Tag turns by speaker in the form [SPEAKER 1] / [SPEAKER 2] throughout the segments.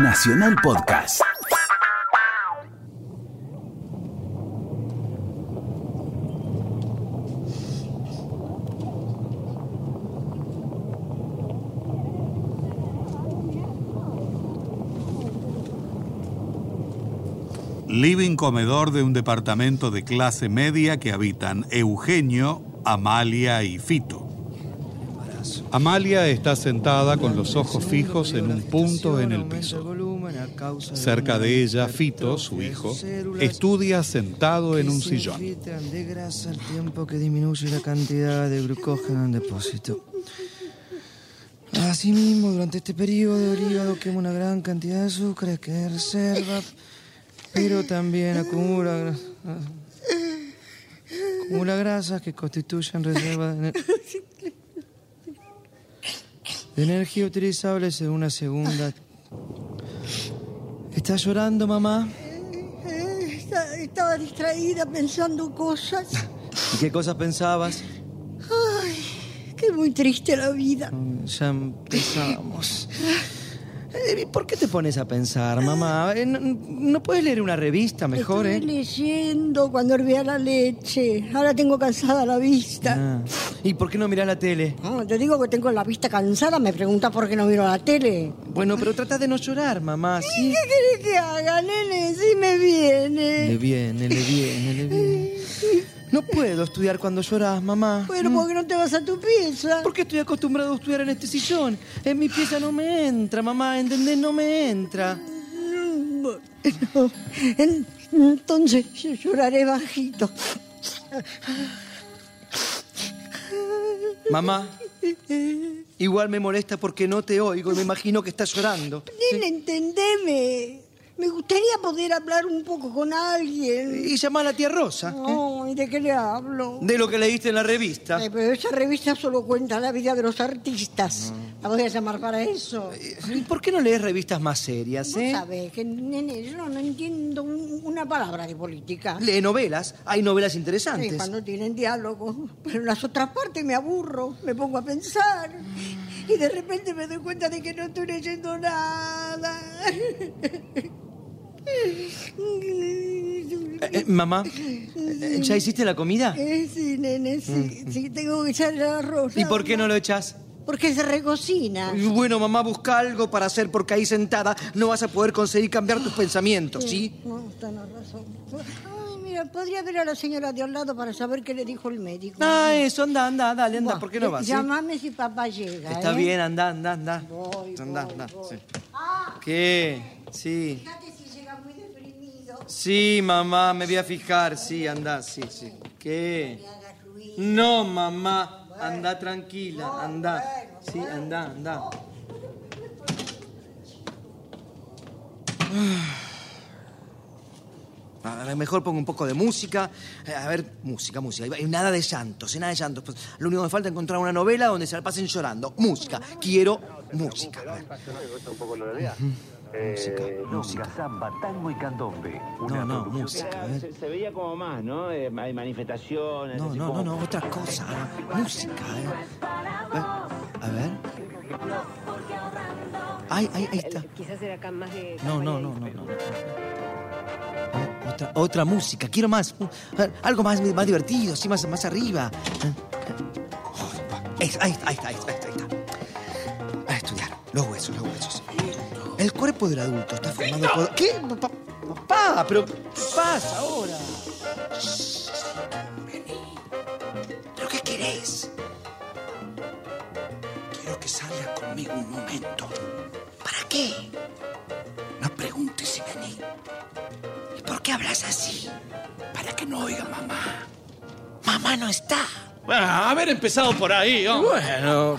[SPEAKER 1] Nacional Podcast.
[SPEAKER 2] Living comedor de un departamento de clase media que habitan Eugenio, Amalia y Fito. Amalia está sentada con los ojos fijos en un punto en el piso. Cerca de ella, Fito, su hijo, estudia sentado en un sillón.
[SPEAKER 3] de grasa al tiempo que disminuye la cantidad de glucógeno en depósito. Asimismo, durante este periodo el hígado quema una gran cantidad de azúcares que reserva, pero también acumula, gra- acumula grasas que constituyen reservas de, ener- de energía utilizable en una segunda. ¿Estás llorando, mamá?
[SPEAKER 4] Eh, esta- Estaba distraída pensando cosas.
[SPEAKER 3] ¿Y qué cosas pensabas?
[SPEAKER 4] Ay, qué muy triste la vida.
[SPEAKER 3] Mm, Ya empezamos. Eh, ¿Por qué te pones a pensar, mamá? Eh, No, no puedes leer una revista mejor,
[SPEAKER 4] Estuve
[SPEAKER 3] ¿eh?
[SPEAKER 4] leyendo cuando hervía la leche. Ahora tengo cansada la vista.
[SPEAKER 3] Ah, ¿Y por qué no mirás la tele?
[SPEAKER 4] Ah, te digo que tengo la vista cansada, me pregunta por qué no miro la tele.
[SPEAKER 3] Bueno, pero trata de no llorar, mamá,
[SPEAKER 4] ¿Qué
[SPEAKER 3] ¿sí?
[SPEAKER 4] querés que haga, nene? Si me viene.
[SPEAKER 3] Le viene, le viene, le viene. No puedo estudiar cuando lloras, mamá.
[SPEAKER 4] Bueno, ¿por qué no te vas a tu pieza?
[SPEAKER 3] Porque estoy acostumbrado a estudiar en este sillón. En mi pieza no me entra, mamá, ¿entendés? No me entra.
[SPEAKER 4] Bueno, en- entonces yo lloraré bajito.
[SPEAKER 3] Mamá, igual me molesta porque no te oigo y me imagino que estás llorando.
[SPEAKER 4] Nene, entendeme. Me gustaría poder hablar un poco con alguien.
[SPEAKER 3] Y llamá a la tía Rosa. ¿eh?
[SPEAKER 4] Ay, ¿de qué le hablo?
[SPEAKER 3] De lo que leíste en la revista.
[SPEAKER 4] Eh, pero esa revista solo cuenta la vida de los artistas.
[SPEAKER 3] Mm.
[SPEAKER 4] La voy a llamar para eso.
[SPEAKER 3] ¿Y por qué no lees revistas más serias,
[SPEAKER 4] Eh, Vos
[SPEAKER 3] eh?
[SPEAKER 4] sabés que, nene, yo no entiendo un- una palabra de política.
[SPEAKER 3] Lee novelas, hay novelas
[SPEAKER 4] Sí,
[SPEAKER 3] interesantes.
[SPEAKER 4] cuando tienen diálogo. Pero en las otras partes me aburro, me pongo a pensar. Y de repente me doy cuenta de que no estoy leyendo nada.
[SPEAKER 3] Eh, eh, mamá, eh, ¿ya hiciste la comida?
[SPEAKER 4] Eh, sí, nene, sí, sí, tengo que echar el arroz.
[SPEAKER 3] Mm. ¿Y por qué no lo echás?
[SPEAKER 4] Porque se recocina.
[SPEAKER 3] Y Bueno, mamá, busca algo para hacer porque ahí sentada no vas a poder conseguir cambiar tus pensamientos, ¿sí?
[SPEAKER 4] No, tenés razón. Ay, mira, podría ver a la señora de al lado para saber qué le dijo el médico.
[SPEAKER 3] Ah, eso, anda, anda, dale, anda, ¿por qué no vas? sí?
[SPEAKER 4] Llámame si papá llega.
[SPEAKER 3] Está
[SPEAKER 4] ¿eh?
[SPEAKER 3] bien, anda, anda, anda.
[SPEAKER 4] Voy,
[SPEAKER 3] Anda,
[SPEAKER 4] voy,
[SPEAKER 3] anda,
[SPEAKER 4] voy.
[SPEAKER 3] sí.
[SPEAKER 4] Ah,
[SPEAKER 3] ¿Qué? Sí.
[SPEAKER 4] fíjate si llega muy deprimido.
[SPEAKER 3] Sí, mamá, me voy a fijar, sí, anda, sí, sí. ¿Qué?
[SPEAKER 4] que haga ruido.
[SPEAKER 3] No, mamá, anda tranquila, anda. Sí, anda, anda. Ah, A ver, mejor pongo un poco de música. Eh, A ver, música, música. Y Nada de llantos, eh, nada de llantos. Pues, lo único que me falta es encontrar una novela donde se la pasen llorando. Música, quiero música. A ver.
[SPEAKER 5] un poco la realidad. Eh,
[SPEAKER 3] música.
[SPEAKER 6] Samba, tango y candombe.
[SPEAKER 3] No, no, música. a ver.
[SPEAKER 7] Se, se veía como más, ¿no? Eh, hay manifestaciones.
[SPEAKER 3] No,
[SPEAKER 7] así
[SPEAKER 3] no, no,
[SPEAKER 7] como-
[SPEAKER 3] no, otra cosa. Música, eh. A ver. Ay, ay, ahí está.
[SPEAKER 8] Quizás era acá más de.
[SPEAKER 3] No, no, no, no, no. no. Otra, otra música, quiero más. Uh, Algo más, más divertido, sí, más, más arriba. Eh, Es- Ahí está, ahí está, ahí está, ahí está, ahí está. A estudiar, los huesos, los huesos. El cuerpo del adulto está formado por... ¿Qué? Papá, papá, pero ¿qué pasa ahora? ¿Pero qué querés?
[SPEAKER 1] Quiero que salga conmigo un momento.
[SPEAKER 3] ¿Para qué?
[SPEAKER 1] No preguntes si vení.
[SPEAKER 3] ¿Y por qué hablas así?
[SPEAKER 1] Para que no oiga mamá.
[SPEAKER 3] Mamá no está.
[SPEAKER 9] Bueno, haber empezado por ahí, hombre.
[SPEAKER 6] Bueno,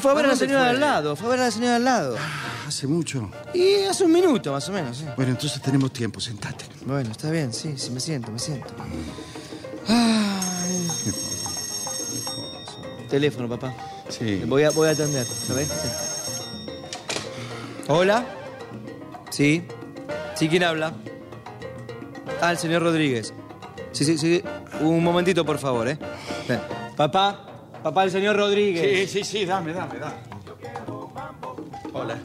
[SPEAKER 3] Fue a ver a la señora de al lado, fue a ver a la señora de al lado.
[SPEAKER 5] Hace mucho.
[SPEAKER 3] Y hace un minuto más o menos, sí.
[SPEAKER 5] Bueno, entonces tenemos tiempo, sentate.
[SPEAKER 3] Bueno, está bien, sí, sí, me siento, me siento. Ay. Teléfono, papá.
[SPEAKER 5] Sí.
[SPEAKER 3] Voy a, voy a atender, ¿sabes? Hola. Sí. Sí, ¿quién habla? Ah, el señor Rodríguez. Sí, sí, sí. Un momentito, por favor, ¿eh? Ven. Papá, papá, el señor Rodríguez.
[SPEAKER 9] Sí, sí, sí, dame, dame, dame.
[SPEAKER 5] Hola.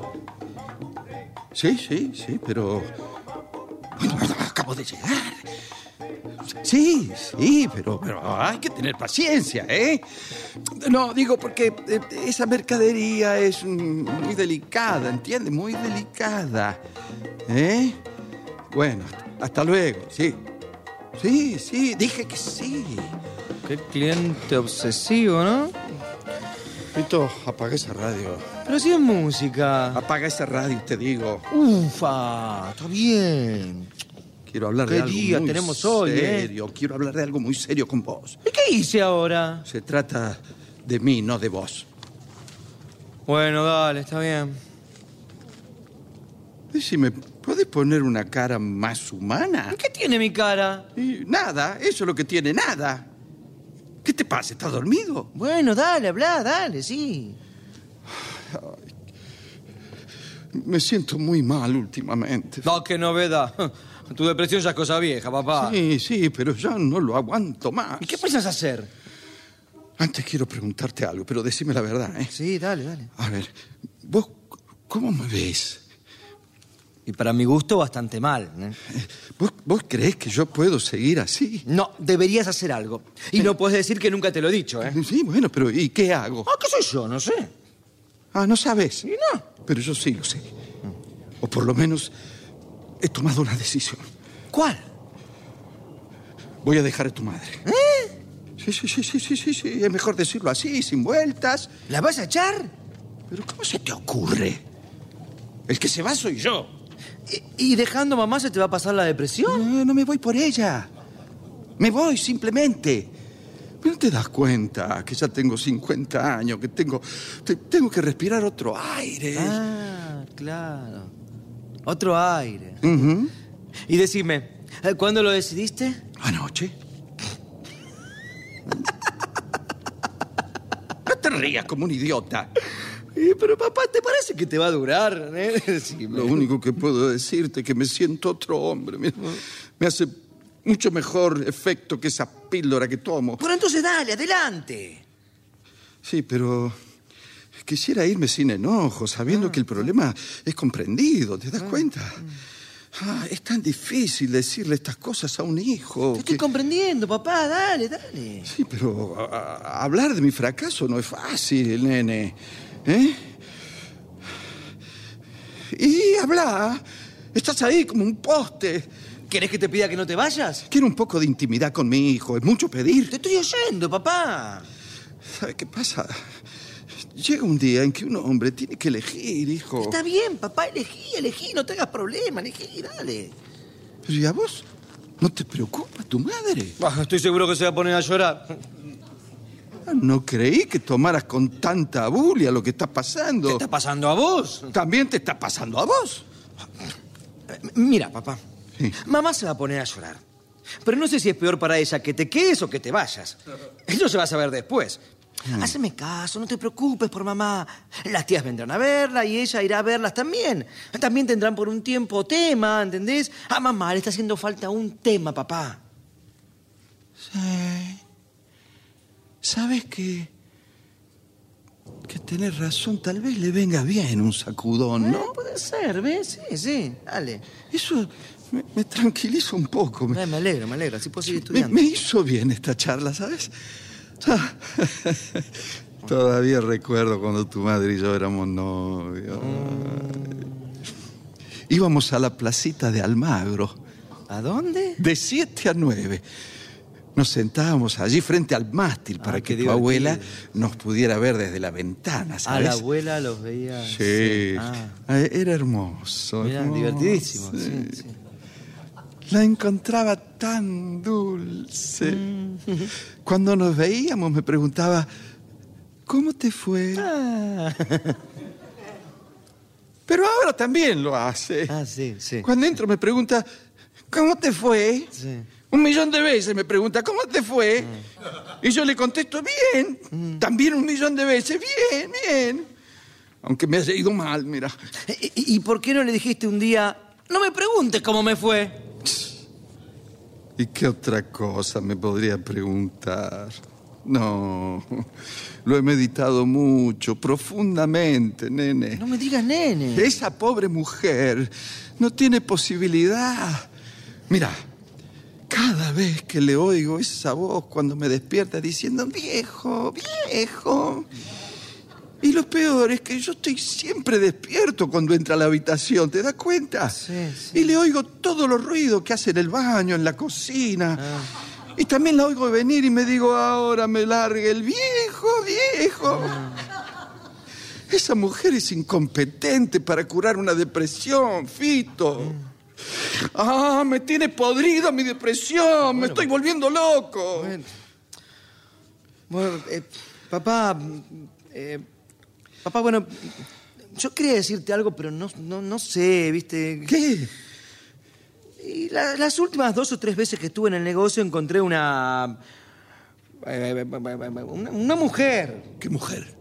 [SPEAKER 5] Sí, sí, sí, pero. Bueno, acabo de llegar. Sí, sí, pero, pero hay que tener paciencia, ¿eh? No, digo porque eh, esa mercadería es mm, muy delicada, ¿entiendes? Muy delicada. ¿Eh? Bueno, hasta luego, sí. Sí, sí, dije que sí.
[SPEAKER 8] Qué cliente obsesivo, ¿no?
[SPEAKER 5] Pito, apaga esa radio.
[SPEAKER 8] Pero si es música.
[SPEAKER 5] Apaga esa radio, te digo.
[SPEAKER 8] Ufa, está bien.
[SPEAKER 5] Quiero hablar de
[SPEAKER 8] ¿Qué
[SPEAKER 5] algo
[SPEAKER 8] día
[SPEAKER 5] muy
[SPEAKER 8] tenemos hoy, eh?
[SPEAKER 5] serio. Quiero hablar de algo muy serio con vos.
[SPEAKER 8] ¿Y qué hice ahora?
[SPEAKER 5] Se trata de mí, no de vos.
[SPEAKER 8] Bueno, dale, está bien.
[SPEAKER 5] Decime, ¿podés poner una cara más humana?
[SPEAKER 8] ¿Qué tiene mi cara?
[SPEAKER 5] Y nada, eso es lo que tiene nada. ¿Qué te pasa? ¿Estás dormido?
[SPEAKER 3] Bueno, dale, habla, dale, sí.
[SPEAKER 5] Me siento muy mal últimamente.
[SPEAKER 8] No, qué novedad. Tu depresión ya es cosa vieja, papá.
[SPEAKER 5] Sí, sí, pero ya no lo aguanto más.
[SPEAKER 8] ¿Y qué piensas hacer?
[SPEAKER 5] Antes quiero preguntarte algo, pero decime la verdad, ¿eh?
[SPEAKER 3] Sí, dale, dale.
[SPEAKER 5] A ver, ¿vos c- cómo me ves?
[SPEAKER 3] Y para mi gusto, bastante mal. ¿eh?
[SPEAKER 5] ¿Vos, vos crees que yo puedo seguir así?
[SPEAKER 3] No, deberías hacer algo.
[SPEAKER 8] Y no puedes decir que nunca te lo he dicho, ¿eh?
[SPEAKER 5] Sí, bueno, pero ¿y qué hago?
[SPEAKER 3] Ah, qué sé yo, no sé.
[SPEAKER 5] Ah, ¿no sabes?
[SPEAKER 3] Y no.
[SPEAKER 5] Pero yo sí lo sé. O por lo menos he tomado una decisión.
[SPEAKER 3] ¿Cuál?
[SPEAKER 5] Voy a dejar a tu madre.
[SPEAKER 3] ¿Eh?
[SPEAKER 5] Sí, sí, sí, sí, sí, sí, sí. Es mejor decirlo así, sin vueltas.
[SPEAKER 3] ¿La vas a echar?
[SPEAKER 5] Pero ¿cómo se te ocurre? El que se va soy yo.
[SPEAKER 3] ¿Y, y dejando a mamá se te va a pasar la depresión?
[SPEAKER 5] No, no me voy por ella. Me voy simplemente. Pero no te das cuenta que ya tengo 50 años, que tengo, te- tengo que respirar otro aire.
[SPEAKER 3] Ah, claro. Otro aire.
[SPEAKER 5] Ujú.
[SPEAKER 3] Y decime, ¿eh, ¿cuándo lo decidiste?
[SPEAKER 5] Anoche. no te rías como un idiota.
[SPEAKER 3] pero papá, ¿te parece que te va a durar?
[SPEAKER 8] eh?
[SPEAKER 5] Lo único que puedo decirte es que me siento otro hombre. Mira, me hace mucho mejor efecto que esa píldora que tomo.
[SPEAKER 3] Pero entonces dale, adelante.
[SPEAKER 5] Sí, pero quisiera irme sin enojo, sabiendo que el problema es comprendido, ¿te das cuenta? Ah, es tan difícil decirle estas cosas a un hijo.
[SPEAKER 3] Te estoy
[SPEAKER 5] que-
[SPEAKER 3] comprendiendo, papá, dale, dale.
[SPEAKER 5] Sí, pero a- a- hablar de mi fracaso no es fácil, nene. ¿Eh? Y habla. Estás ahí como un poste.
[SPEAKER 3] ¿Querés que te pida que no te vayas?
[SPEAKER 5] Quiero un poco de intimidad con mi hijo. Es mucho
[SPEAKER 3] Te
[SPEAKER 5] pedir.
[SPEAKER 3] estoy oyendo, papá.
[SPEAKER 5] ¿Sabe qué pasa? Llega un día en que un hombre tiene que elegir, hijo.
[SPEAKER 3] Está bien, papá, elegí, elegí, no tengas problema, elegí, dale.
[SPEAKER 5] Pero ¿y a vos? ¿No te preocupa tu madre?
[SPEAKER 8] Bah, estoy seguro que se va a poner a llorar.
[SPEAKER 5] Ah, No creí que tomaras con tanta bulia lo que está
[SPEAKER 8] ¿Qué
[SPEAKER 5] pasando.
[SPEAKER 8] está pasando a vos?
[SPEAKER 5] También te está pasando a vos.
[SPEAKER 3] M- Mira, papá,
[SPEAKER 5] Sí.
[SPEAKER 3] mamá se va a poner a llorar. Pero no sé si es peor para ella que te quedes o que te vayas. Eso se va a saber después.
[SPEAKER 5] Mm.
[SPEAKER 3] Hazme caso, no te preocupes por mamá. Las tías vendrán a verla y ella irá a verlas también. También tendrán por un tiempo tema, ¿entendés? A mamá le está haciendo falta un tema, papá.
[SPEAKER 5] Sí. Sabes que. que tenés razón. Tal vez le venga bien un sacudón,
[SPEAKER 3] No
[SPEAKER 5] ¿no?
[SPEAKER 3] Eh, puede ser, ¿ves? Sí, sí, dale.
[SPEAKER 5] Eso me, me tranquiliza un poco. Me,
[SPEAKER 3] Ay, me alegro, me alegro, así puedo seguir
[SPEAKER 5] me-
[SPEAKER 3] estudiando.
[SPEAKER 5] me hizo bien esta charla, ¿sabes? Ah, Todavía recuerdo cuando tu madre y yo éramos novios. Íbamos a la placita de Almagro.
[SPEAKER 3] ¿A dónde?
[SPEAKER 5] De 7 a 9. Nos sentábamos allí frente al mástil para
[SPEAKER 8] Ah,
[SPEAKER 5] que
[SPEAKER 8] qué
[SPEAKER 5] tu
[SPEAKER 8] divertido.
[SPEAKER 5] abuela nos pudiera ver desde la
[SPEAKER 8] A
[SPEAKER 5] ventana,
[SPEAKER 8] la
[SPEAKER 5] ¿sabes?
[SPEAKER 8] abuela los veía.
[SPEAKER 5] Sí.
[SPEAKER 8] Ah.
[SPEAKER 5] Ah, Era hermoso.
[SPEAKER 8] Mirá,
[SPEAKER 5] hermoso.
[SPEAKER 8] divertidísimo, sí, sí.
[SPEAKER 5] La encontraba tan dulce.
[SPEAKER 8] Mm.
[SPEAKER 5] Cuando nos veíamos me preguntaba, ¿cómo te fue?
[SPEAKER 8] Ah.
[SPEAKER 5] Ah. Pero ahora también lo hace.
[SPEAKER 3] Ah, sí, sí.
[SPEAKER 5] Cuando entro me pregunta, ¿cómo te fue?
[SPEAKER 3] Sí.
[SPEAKER 5] Un millón de veces me pregunta, ¿cómo te fue? Y yo le contesto, bien. También un millón de veces, bien, bien. Aunque me haya ido mal, mira.
[SPEAKER 3] ¿Y, y- y por qué no le dijiste un día, no me preguntes cómo me fue?
[SPEAKER 5] ¿Y qué otra cosa me podría preguntar? No, lo he meditado mucho, profundamente, nene.
[SPEAKER 3] No me digas nene.
[SPEAKER 5] Esa pobre mujer no tiene posibilidad. Mira, cada vez que le oigo esa voz cuando me despierta diciendo, viejo, viejo. Y lo peor es que yo estoy siempre despierto cuando entra a la habitación, ¿te das cuenta?
[SPEAKER 3] Sí, sí.
[SPEAKER 5] Y le oigo todos los ruidos que hace en el baño, en la cocina.
[SPEAKER 3] Ah.
[SPEAKER 5] Y también la oigo venir y me digo, ahora me largue el viejo, viejo.
[SPEAKER 3] Ah.
[SPEAKER 5] Esa mujer es incompetente para curar una depresión, Fito.
[SPEAKER 3] Mm.
[SPEAKER 5] Ah, me tiene podrido mi depresión, me estoy volviendo loco.
[SPEAKER 3] Bueno, eh, papá, eh, papá, bueno, yo quería decirte algo, pero no, no, no sé, ¿viste?
[SPEAKER 5] ¿Qué?
[SPEAKER 3] Y la- las últimas dos o tres veces que estuve en el negocio encontré una... eh, Una, una mujer,
[SPEAKER 5] ¿Qué mujer?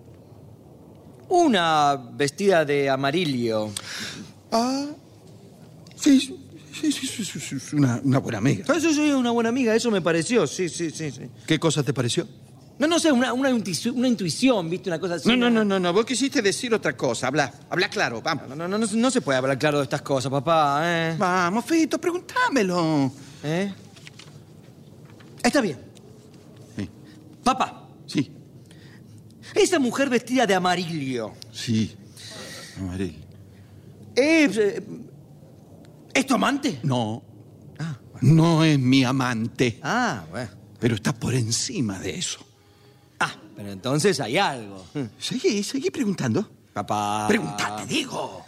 [SPEAKER 3] una vestida de amarillo.
[SPEAKER 5] Ah, sí, sí, sí, sí, sí, sí, es una, una buena amiga.
[SPEAKER 3] Eso sí, una buena amiga, eso me pareció, sí, sí, sí. sí.
[SPEAKER 5] ¿Qué cosa te pareció?
[SPEAKER 3] No, no sé, una, una, intuición, una intuición, ¿viste? Una cosa así.
[SPEAKER 5] No, no, no, no, no, vos quisiste decir otra cosa. Habla, habla claro,
[SPEAKER 3] No,
[SPEAKER 5] vamos.
[SPEAKER 3] no, no, no se- no se puede hablar claro de estas cosas, papá, ¿eh?
[SPEAKER 5] Vamos, Fito, preguntámelo.
[SPEAKER 3] ¿Eh? Está bien.
[SPEAKER 5] Sí,
[SPEAKER 3] Papá,
[SPEAKER 5] sí,
[SPEAKER 3] esa mujer vestida de amarillo.
[SPEAKER 5] sí. Amaril.
[SPEAKER 3] ¿Es, eh, ¿es tu amante?
[SPEAKER 5] No, Ah, no es mi amante,
[SPEAKER 3] Ah, bueno.
[SPEAKER 5] pero está por encima de eso.
[SPEAKER 3] Ah, pero entonces hay algo.
[SPEAKER 5] Seguí, seguí preguntando.
[SPEAKER 3] Papá.
[SPEAKER 5] Preguntate, digo.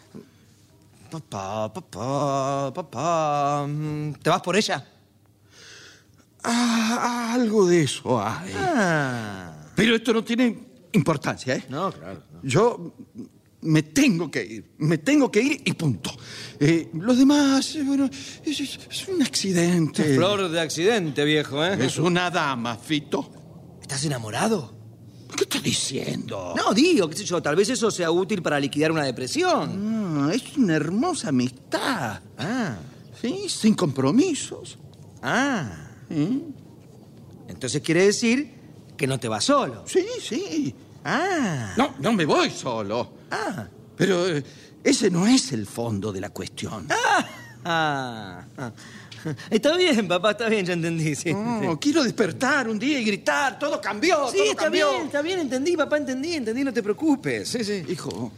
[SPEAKER 3] Papá, papá, papá. mm, ¿Te vas por ella?
[SPEAKER 5] Ah, algo de eso hay.
[SPEAKER 3] Ah.
[SPEAKER 5] Pero esto no tiene importancia, ¿eh?
[SPEAKER 3] No, claro.
[SPEAKER 5] Yo me tengo que ir, me tengo que ir y punto. Eh, los demás, eh, bueno, es, es- es un accidente.
[SPEAKER 8] Flor de accidente, viejo, ¿eh?
[SPEAKER 5] Es una dama, Fito.
[SPEAKER 3] ¿Estás enamorado?
[SPEAKER 5] ¿Qué estás diciendo?
[SPEAKER 3] No, digo, qué sé yo, tal vez eso sea útil para liquidar una depresión.
[SPEAKER 5] No, Ah, es una hermosa amistad,
[SPEAKER 3] Ah,
[SPEAKER 5] ¿sí? Sin compromisos.
[SPEAKER 3] ah. Entonces quiere decir que no te vas solo.
[SPEAKER 5] Sí, sí.
[SPEAKER 3] Ah,
[SPEAKER 5] No, no me voy solo.
[SPEAKER 3] ah,
[SPEAKER 5] Pero eh, ese no es el fondo de la cuestión.
[SPEAKER 3] ah. ah. Está bien, papá, está bien, ya entendí, sí.
[SPEAKER 5] No, quiero despertar un día y gritar, todo cambió,
[SPEAKER 3] Sí,
[SPEAKER 5] Mm, todo
[SPEAKER 3] está
[SPEAKER 5] cambió.
[SPEAKER 3] bien, está bien, entendí, papá, entendí, entendí, no te preocupes. Sí, sí.
[SPEAKER 5] Hijo,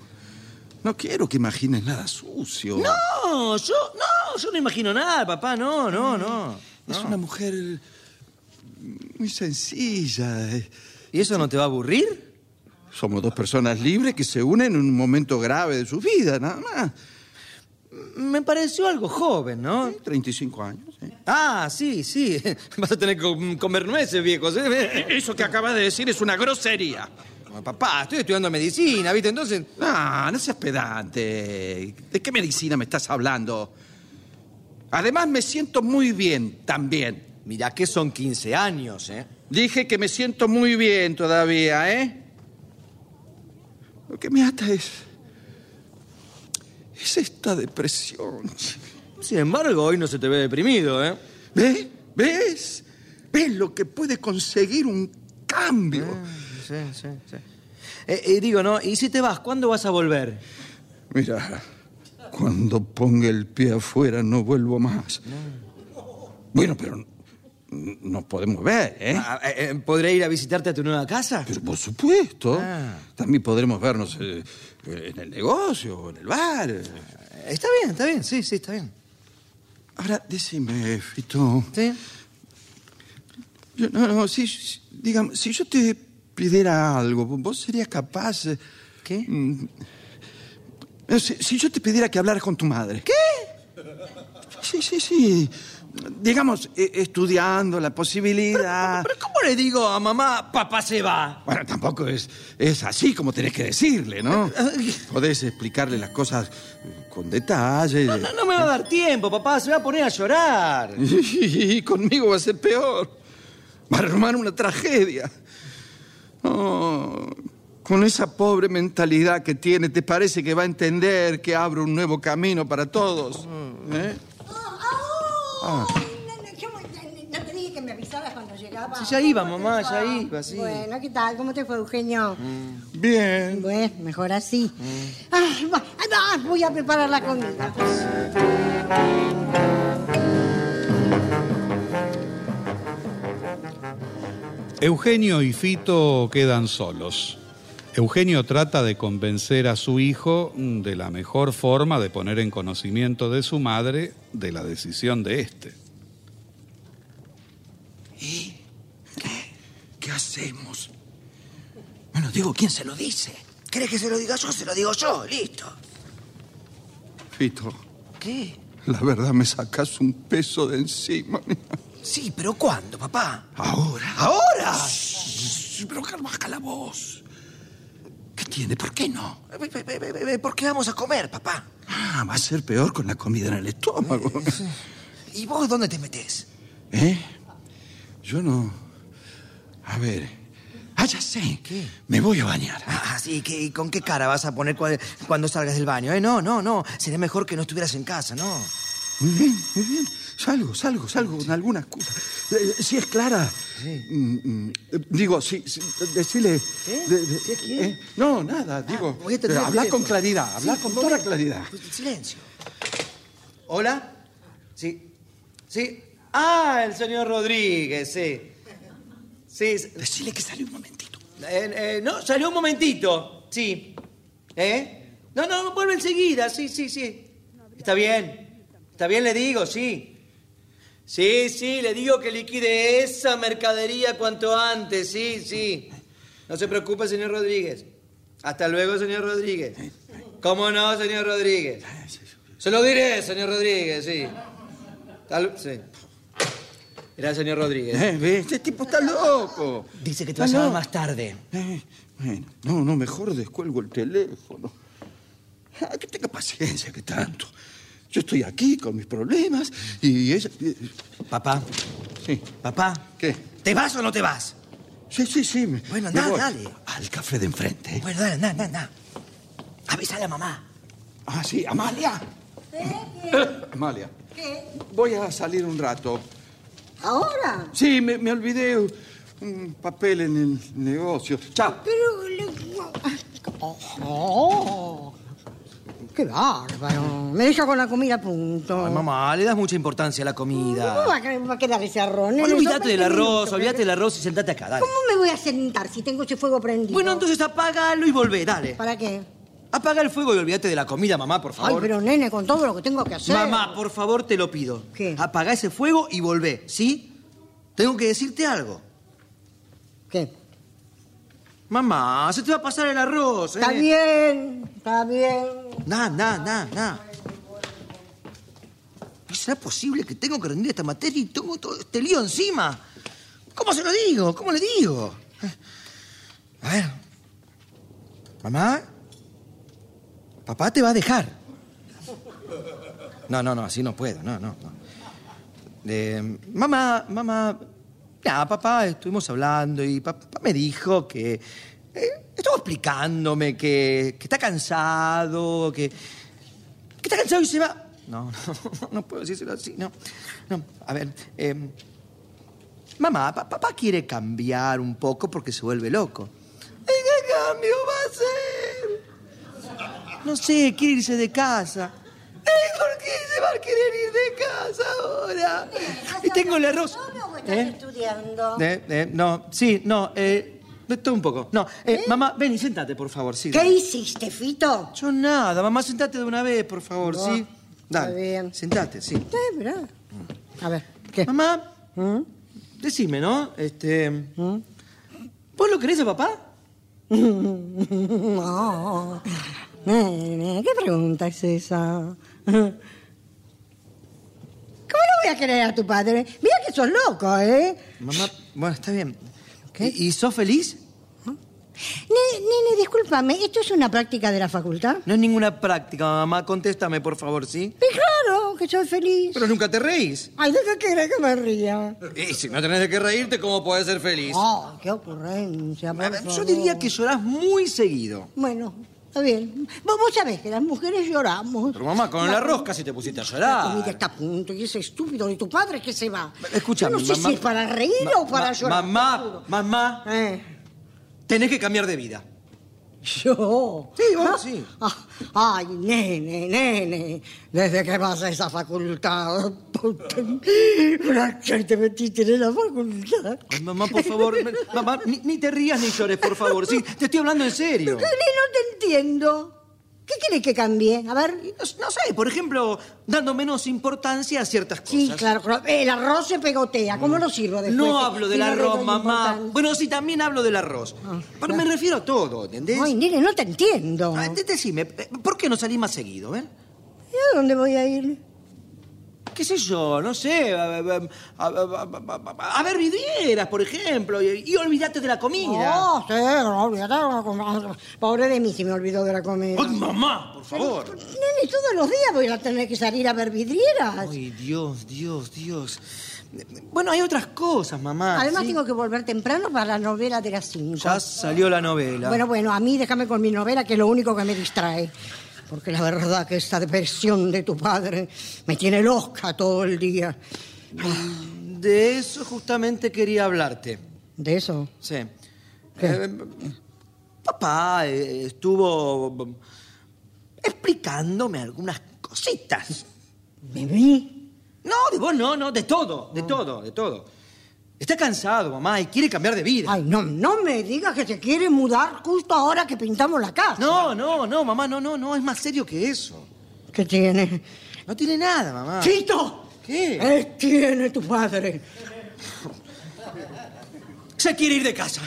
[SPEAKER 5] no quiero que imagines nada sucio.
[SPEAKER 3] No, yo, no, yo no imagino nada, papá, no, no, no.
[SPEAKER 5] Es una mujer muy sencilla. eh.
[SPEAKER 3] ¿Y eso no te va a aburrir?
[SPEAKER 5] Somos dos personas libres que se unen en un momento grave de su vida, nada más.
[SPEAKER 3] Me pareció algo joven, ¿no?
[SPEAKER 5] Sí, 35 años. sí.
[SPEAKER 3] Ah, sí, sí. Vas a tener que com- comer nueces, viejo. ¿sí?
[SPEAKER 9] Eso que acabas de decir es una grosería.
[SPEAKER 3] Bueno, Papá, estoy estudiando medicina, ¿viste? Entonces.
[SPEAKER 5] No, no seas pedante. ¿De qué medicina me estás hablando? Además, me siento muy bien también.
[SPEAKER 3] Mirá que son 15 años, ¿eh?
[SPEAKER 5] Dije que me siento muy bien todavía, ¿eh? Lo que me ata es. es esta depresión.
[SPEAKER 3] Sin embargo, hoy no se te ve deprimido, ¿eh?
[SPEAKER 5] ¿Ves? ¿Ves? ¿Ves lo que puede conseguir un cambio?
[SPEAKER 3] Sí, sí, sí. Eh, eh, digo, ¿no? ¿Y si te vas? ¿Cuándo vas a volver?
[SPEAKER 5] Mira, cuando ponga el pie afuera no vuelvo más. Bueno, pero n- nos podemos ver, ¿eh?
[SPEAKER 3] Ah, eh, eh, ¿Podré ir a visitarte a tu nueva casa?
[SPEAKER 5] Pero por supuesto.
[SPEAKER 3] Ah.
[SPEAKER 5] También podremos vernos eh, en el negocio, o en el bar.
[SPEAKER 3] Está bien, está bien, sí, sí, está bien.
[SPEAKER 5] Ahora, decime, Fito.
[SPEAKER 3] ¿Sí?
[SPEAKER 5] Yo- no, no, si, si- digamos, si yo te pidiera algo, ¿vos serías capaz? eh,
[SPEAKER 3] ¿Qué?
[SPEAKER 5] mm, eh, Si, si yo te pidiera que hablaras con tu madre. ¿Qué? Sí, sí, sí. Digamos, eh, estudiando la posibilidad.
[SPEAKER 3] Ah, Pero ¿cómo le digo a mamá, papá se va?
[SPEAKER 5] Bueno, tampoco es, es así como tenés que decirle, ¿no? Podés explicarle las cosas eh, con detalle.
[SPEAKER 3] No, no me va a dar tiempo, papá, se va a poner a llorar.
[SPEAKER 5] Y conmigo va a ser peor. Va a armar una tragedia. Oh, con esa pobre mentalidad que tiene, ¿te parece que va a entender que abro un nuevo camino para todos? ¿Eh?
[SPEAKER 4] Ah, ah, oh, no, no, yo, no, no, no te dije que me avisaras cuando llegaba.
[SPEAKER 3] Sí, ya iba, mamá, ya iba, sí. Mm.
[SPEAKER 4] Bueno, ¿qué tal? ¿Cómo te fue, Eugenio?
[SPEAKER 5] Bien.
[SPEAKER 4] Bueno, mejor así. Ay, va- ay, va, voy a preparar la
[SPEAKER 3] Ah,
[SPEAKER 4] comida.
[SPEAKER 2] Eugenio y Fito quedan solos. Eugenio trata de convencer a su hijo mm, de la mejor forma de poner en conocimiento de su madre de la decisión de este.
[SPEAKER 1] ¿Qué hacemos? Bueno, digo, ¿quién se lo dice?
[SPEAKER 3] ¿Querés que se lo diga yo? Se lo digo yo, listo.
[SPEAKER 5] Fito,
[SPEAKER 3] ¿Qué?
[SPEAKER 5] la verdad me sacas un peso de encima. Ah,
[SPEAKER 3] Sí, pero ¿cuándo, papá?
[SPEAKER 5] Ahora.
[SPEAKER 3] ¡Ahora!
[SPEAKER 1] Shh, Pero que baja la voz. ¿Qué tiene? ¿Por qué no?
[SPEAKER 3] Ve, ve, ve, ve, ve, ¿Por qué vamos a comer, papá?
[SPEAKER 5] Ah, va a ser peor con la comida en el estómago.
[SPEAKER 3] ¿Y vos dónde te metés?
[SPEAKER 5] ¿Eh? Yo no. A ver. Ah, ya sé. Me voy a bañar.
[SPEAKER 3] Ah, sí, que, ¿y con qué cara vas a poner cua- cuando salgas del baño? Eh? No, no, no. Sería mejor que no estuvieras en casa, ¿no?
[SPEAKER 5] Muy bien, muy bien. Salgo, salgo, salgo con alguna excusa. Eh, si es Clara. Mm, mm, eh, digo, sí, sí, decile. de- de- eh, no, nada, digo.
[SPEAKER 3] voy a atender el
[SPEAKER 5] habla con
[SPEAKER 3] teléfono.
[SPEAKER 5] claridad, habla
[SPEAKER 3] Sí,
[SPEAKER 5] con
[SPEAKER 3] un
[SPEAKER 5] toda
[SPEAKER 3] momento.
[SPEAKER 5] claridad.
[SPEAKER 3] Pues, silencio. ¿Hola? Sí. Sí. Ah, el señor Rodríguez, sí. Sí. s-
[SPEAKER 1] Decile que sale un momentito.
[SPEAKER 3] eh, eh, no, salió un momentito. Sí. ¿Eh? No, no, vuelve enseguida. Sí, sí, sí. Está bien. Está bien, le digo, sí. Sí, sí, le digo que liquide esa mercadería cuanto antes. Sí, sí. No se preocupe, señor Rodríguez. Hasta luego, señor Rodríguez. ¿Cómo no, señor Rodríguez? Se lo diré, señor Rodríguez, sí. Tal, sí. Era señor Rodríguez. Ah,
[SPEAKER 5] Eh, ve, este tipo está loco.
[SPEAKER 3] Dice que te
[SPEAKER 5] va
[SPEAKER 3] va a
[SPEAKER 5] a llamar
[SPEAKER 3] llamar
[SPEAKER 5] más
[SPEAKER 3] más tarde.
[SPEAKER 5] Eh, bueno, no, no, mejor descuelgo el teléfono. Ah, que tenga paciencia, que tanto. Yo estoy aquí con mis problemas y ella. eh,
[SPEAKER 3] Papá,
[SPEAKER 5] Sí,
[SPEAKER 3] papá.
[SPEAKER 5] ¿Qué?
[SPEAKER 3] ¿Te vas o no te vas?
[SPEAKER 5] sí, sí. sí me-
[SPEAKER 3] Bueno,
[SPEAKER 5] me
[SPEAKER 3] andá,
[SPEAKER 5] voy.
[SPEAKER 3] dale.
[SPEAKER 5] Al café de enfrente.
[SPEAKER 3] Bueno, dale, anda, anda, anda. Avísale a mamá.
[SPEAKER 5] Ah, sí, Amalia.
[SPEAKER 4] ¿Eh?
[SPEAKER 5] Amalia,
[SPEAKER 4] ¿Qué? ¿Qué?
[SPEAKER 5] voy a salir un rato.
[SPEAKER 4] ¿Ahora?
[SPEAKER 5] Sí, me, me olvidé un papel en el negocio. Chao.
[SPEAKER 4] Pero... le- Oh, oh. ¡Qué bárbaro! Me deja con la comida a punto.
[SPEAKER 3] Ay, mamá, le das mucha importancia a la
[SPEAKER 4] ¿Cómo va
[SPEAKER 3] comida.
[SPEAKER 4] a, quedar- va a quedar ese arroz?
[SPEAKER 3] Bueno,
[SPEAKER 4] nene?
[SPEAKER 3] olvídate del
[SPEAKER 4] Yo me
[SPEAKER 3] arroz,
[SPEAKER 4] quedé-
[SPEAKER 3] olvídate del arroz y sentate acá, dale.
[SPEAKER 4] ¿Cómo me voy a sentar si tengo ese fuego prendido?
[SPEAKER 3] Bueno, entonces apágalo y volvé, dale.
[SPEAKER 4] ¿Para qué?
[SPEAKER 3] Apaga el fuego y olvídate de la comida, mamá, por
[SPEAKER 4] Ay,
[SPEAKER 3] favor.
[SPEAKER 4] pero nene, con todo lo que tengo que hacer.
[SPEAKER 3] Mamá, por favor, te lo pido.
[SPEAKER 4] ¿Qué?
[SPEAKER 3] Apaga ese fuego y volvé, ¿sí? Tengo que decirte algo.
[SPEAKER 4] ¿Qué?
[SPEAKER 3] Mamá, se te va a pasar el arroz, ¿eh?
[SPEAKER 4] Está bien, está bien.
[SPEAKER 3] Nah, nah, nah, nah. ¿No será posible que tengo que rendir esta materia y tengo todo este lío encima? ¿Cómo se lo digo? ¿Cómo le digo? A ver. Mamá, papá te va a dejar. No, no, no, así no puedo, no, no. no. Eh, mamá, mamá, nada, papá, estuvimos hablando y papá me dijo que... eh, estuvo explicándome que, que está cansado, que... Que está cansado y se va... No, no, no puedo decírselo así, no. no a ver, eh, mamá, pa- papá quiere cambiar un poco porque se vuelve loco. ¿Y qué cambio va a hacer? No sé, quiere irse de casa. ¿Y por qué se va a querer ir de casa ahora? Y tengo el arroz.
[SPEAKER 4] No, estás
[SPEAKER 3] ¿Eh?
[SPEAKER 4] estudiando.
[SPEAKER 3] Eh, eh, no, sí, no, eh, todo un poco. No, eh, mamá, ven y sentate, por favor, sí.
[SPEAKER 4] ¿Qué
[SPEAKER 3] dale.
[SPEAKER 4] hiciste, Fito?
[SPEAKER 3] Yo nada, mamá, sentate de una vez, por favor,
[SPEAKER 4] No,
[SPEAKER 3] sí.
[SPEAKER 4] está
[SPEAKER 3] Dale,
[SPEAKER 4] bien.
[SPEAKER 3] sentate, sí.
[SPEAKER 4] Sí, mirá. A ver, ¿qué?
[SPEAKER 3] Mamá,
[SPEAKER 4] ¿Mm?
[SPEAKER 3] decime, ¿no? Este, ¿Vos lo querés a papá?
[SPEAKER 4] No. Nene, ¿qué pregunta es esa? ¿Cómo no voy a querer a tu padre? Mira que sos loco, ¿eh?
[SPEAKER 3] Mamá, bueno, está bien.
[SPEAKER 4] ¿Qué?
[SPEAKER 3] ¿Y, y sos feliz?
[SPEAKER 4] Ne- Nene, discúlpame, ¿esto es una práctica de la facultad?
[SPEAKER 3] No es ninguna práctica, mamá, contéstame, por favor, ¿sí?
[SPEAKER 4] Y claro, que soy feliz.
[SPEAKER 3] Pero nunca te reís.
[SPEAKER 4] Ay, ¿de qué querés que me ría?
[SPEAKER 3] Y si no tenés de qué reírte, ¿cómo podés ser feliz?
[SPEAKER 4] Ay, qué ocurrencia.
[SPEAKER 3] A
[SPEAKER 4] Ah, por
[SPEAKER 3] ver, Yo
[SPEAKER 4] favor.
[SPEAKER 3] diría que llorás muy seguido.
[SPEAKER 4] Bueno, Está bien. Vos, vos sabés que las mujeres lloramos.
[SPEAKER 3] Pero mamá, con la rosca Pues si te pusiste a
[SPEAKER 4] Pues La comida
[SPEAKER 3] llorar.
[SPEAKER 4] está a punto y ese estúpido de tu padre que se va.
[SPEAKER 3] Escúchame,
[SPEAKER 4] Yo No sé
[SPEAKER 3] mamá-
[SPEAKER 4] si es para reír
[SPEAKER 3] Ma-
[SPEAKER 4] o para
[SPEAKER 3] ma-
[SPEAKER 4] llorar. te
[SPEAKER 3] Mamá,
[SPEAKER 4] juro.
[SPEAKER 3] mamá,
[SPEAKER 4] Eh,
[SPEAKER 3] tenés que cambiar de vida.
[SPEAKER 4] ¿Yo?
[SPEAKER 3] Sí, vos, sí.
[SPEAKER 4] Ah, ay, nene, nene. Desde que vas a esa facultad. ¿Para qué te metiste en la facultad?
[SPEAKER 3] Ay, mamá, por favor, me- mamá, ni, ni te rías ni llores, por favor. Sí, te estoy hablando en serio.
[SPEAKER 4] Pero que no te entiendo. ¿Qué querés que cambie? A ver.
[SPEAKER 3] No sé, por ejemplo, dando menos importancia a ciertas cosas. Mm.
[SPEAKER 4] Sí, claro, claro. Eh, El arroz se pegotea. ¿Cómo lo sirvo después?
[SPEAKER 3] No hablo
[SPEAKER 4] Si
[SPEAKER 3] del
[SPEAKER 4] no le
[SPEAKER 3] arroz,
[SPEAKER 4] doy
[SPEAKER 3] mamá.
[SPEAKER 4] importancia. Ah,
[SPEAKER 3] Bueno, sí, también hablo del arroz. Pero me refiero a todo, ¿entendés?
[SPEAKER 4] Ay, nene, no te entiendo.
[SPEAKER 3] Ah, de- Decime, ¿por qué no salís más seguido, eh?
[SPEAKER 4] ¿Y a dónde voy a ir?
[SPEAKER 3] ¿Qué sé yo? No sé. A, a- a- a- a- a ver vidrieras, por ejemplo. Y, y olvídate de la comida.
[SPEAKER 4] No, Ah, sí, no, olvídate de la comida. Pobre de mí, se me olvidó de la comida.
[SPEAKER 9] ¡Ay, mamá! Por favor.
[SPEAKER 4] Nene, todos los días voy a tener que salir a ver vidrieras.
[SPEAKER 3] Ay, Dios, Dios, Dios. Bueno, hay otras cosas, mamá.
[SPEAKER 4] Además,
[SPEAKER 3] ¿sí?
[SPEAKER 4] tengo que volver temprano para la novela de las 5.
[SPEAKER 3] Ya salió la novela.
[SPEAKER 4] Bueno, bueno, a mí déjame con mi novela, que es lo único que me distrae. Porque la verdad que esta depresión de tu padre me tiene loca todo el día.
[SPEAKER 3] Ah, De eso justamente quería hablarte.
[SPEAKER 4] ¿De eso?
[SPEAKER 3] Sí. Eh, papá eh, estuvo explicándome algunas cositas.
[SPEAKER 4] ¿De mí?
[SPEAKER 3] No, de vos no, no, de todo,
[SPEAKER 4] Ah.
[SPEAKER 3] de todo, de todo. Está cansado, mamá, y quiere cambiar de vida.
[SPEAKER 4] Ay, no, no me digas que se quiere mudar justo ahora que pintamos la casa.
[SPEAKER 3] No, no, no, mamá, no, no, no, es más serio que eso.
[SPEAKER 4] ¿Qué tiene?
[SPEAKER 3] No tiene nada, mamá.
[SPEAKER 4] ¡Chito!
[SPEAKER 3] ¿Qué?
[SPEAKER 4] ¿Qué tiene tu padre?
[SPEAKER 3] Se quiere ir de casa.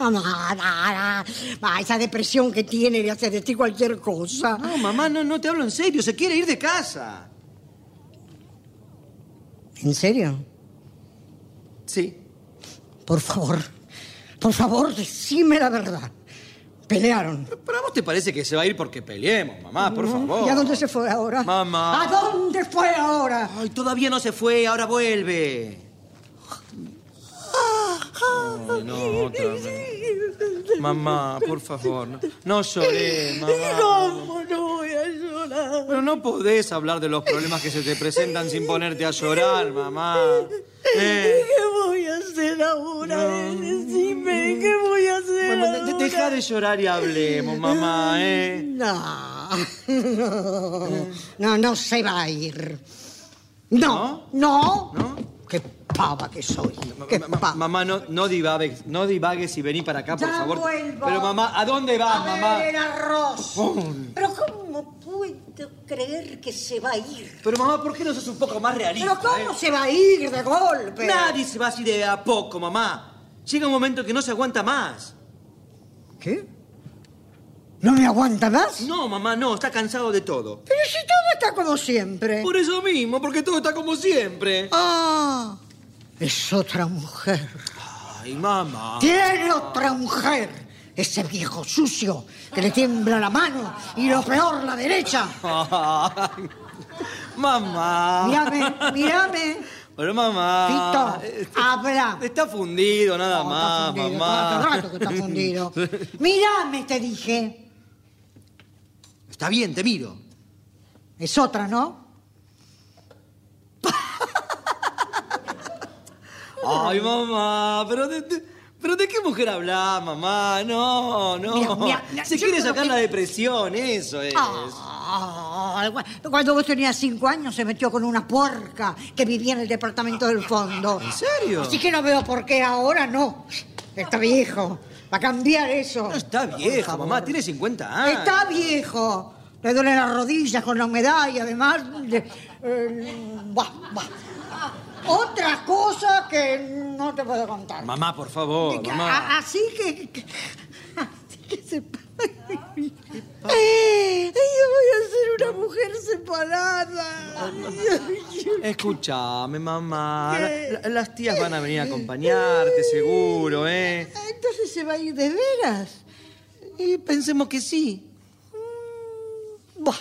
[SPEAKER 4] No, no, no, no. Ah, esa depresión que tiene de hacer de ti cualquier cosa.
[SPEAKER 3] No, Ah, mamá, no, no te hablo en serio, se quiere ir de casa.
[SPEAKER 4] ¿En serio?
[SPEAKER 3] Sí.
[SPEAKER 4] Por favor, por favor, decime la verdad. Pelearon.
[SPEAKER 3] Pero a vos te parece que se va a ir porque peleemos, mamá, por favor.
[SPEAKER 4] ¿Y a dónde se fue ahora?
[SPEAKER 3] Mamá.
[SPEAKER 4] ¿A dónde fue ahora?
[SPEAKER 3] Ay, todavía no se fue, ahora vuelve. Ay, no, otra vez. Mamá, por favor, no, no lloré, mamá.
[SPEAKER 4] ¿Cómo no voy a llorar?
[SPEAKER 3] Pero no podés hablar de los problemas que se te presentan sin ponerte a llorar, mamá. Eh,
[SPEAKER 4] ¿Qué voy a hacer ahora? Decime, ¿qué voy a hacer
[SPEAKER 3] bueno, de- de- deja de llorar y hablemos, mamá, ¿eh?
[SPEAKER 4] No, no, no, no se va a ir. No, no. Qué pava que soy. Qué
[SPEAKER 3] Ma- ma-
[SPEAKER 4] pava.
[SPEAKER 3] mamá, no, no divagues, no divagues y vení para acá, por
[SPEAKER 4] Ah. Ya
[SPEAKER 3] favor.
[SPEAKER 4] vuelvo.
[SPEAKER 3] Pero mamá, ¿a dónde vas,
[SPEAKER 4] a ver
[SPEAKER 3] mamá?
[SPEAKER 4] el arroz. Pero ¿cómo puedo creer que se va a ir?
[SPEAKER 3] Pero mamá, ¿por qué no sos un poco más realista?
[SPEAKER 4] Pero ¿cómo
[SPEAKER 3] eh?
[SPEAKER 4] se va a ir de golpe?
[SPEAKER 3] Nadie se va así de a poco, mamá. Llega un momento que no se aguanta más.
[SPEAKER 4] ¿Qué? ¿No me aguanta más?
[SPEAKER 3] No, mamá, no, está cansado de todo.
[SPEAKER 4] Pero si todo está como siempre.
[SPEAKER 3] Por eso mismo, porque todo está como siempre.
[SPEAKER 4] Ah, es otra mujer.
[SPEAKER 3] Ay, mamá.
[SPEAKER 4] Tiene otra mujer. Ese viejo sucio que le tiembla la mano y lo peor, la derecha.
[SPEAKER 3] Ay, mamá.
[SPEAKER 4] Mírame, mírame.
[SPEAKER 3] Pero mamá.
[SPEAKER 4] Tito,
[SPEAKER 3] Está-
[SPEAKER 4] habla.
[SPEAKER 3] Está fundido, nada
[SPEAKER 4] No,
[SPEAKER 3] más,
[SPEAKER 4] está
[SPEAKER 3] Ah,
[SPEAKER 4] fundido,
[SPEAKER 3] eh, mamá.
[SPEAKER 4] hace rato que está fundido. Mírame, te dije.
[SPEAKER 3] Está bien, te miro.
[SPEAKER 4] Es otra, ¿no?
[SPEAKER 3] Ay, mamá, pero de, de- pero ¿de qué mujer habla, mamá? No, no.
[SPEAKER 4] Mira, mira, mira,
[SPEAKER 3] Se
[SPEAKER 4] yo
[SPEAKER 3] quiere
[SPEAKER 4] creo
[SPEAKER 3] sacar
[SPEAKER 4] que-
[SPEAKER 3] la depresión, eso es.
[SPEAKER 4] Ah, cuando vos tenías cinco años se metió con una puerca que vivía en el departamento del fondo. ¿En
[SPEAKER 3] serio?
[SPEAKER 4] Así que no veo por qué ahora no. Está viejo. Va a cambiar eso.
[SPEAKER 3] No está vieja, mamá, tiene 50 años.
[SPEAKER 4] Está viejo. Le duelen las rodillas con la humedad y además... le- eh, buah, buah. Otra cosa que no te puedo contar.
[SPEAKER 3] Mamá, por favor,
[SPEAKER 4] Que-
[SPEAKER 3] mamá.
[SPEAKER 4] a- Así que, que- Así que se... Ay, yo voy a ser una mujer separada.
[SPEAKER 3] Escúchame, mamá.
[SPEAKER 4] ¿Qué?
[SPEAKER 3] La- la- las tías van a venir a acompañarte, seguro, ¿eh?
[SPEAKER 4] Entonces se va a ir de veras.
[SPEAKER 3] Y pensemos que sí.
[SPEAKER 4] Buah.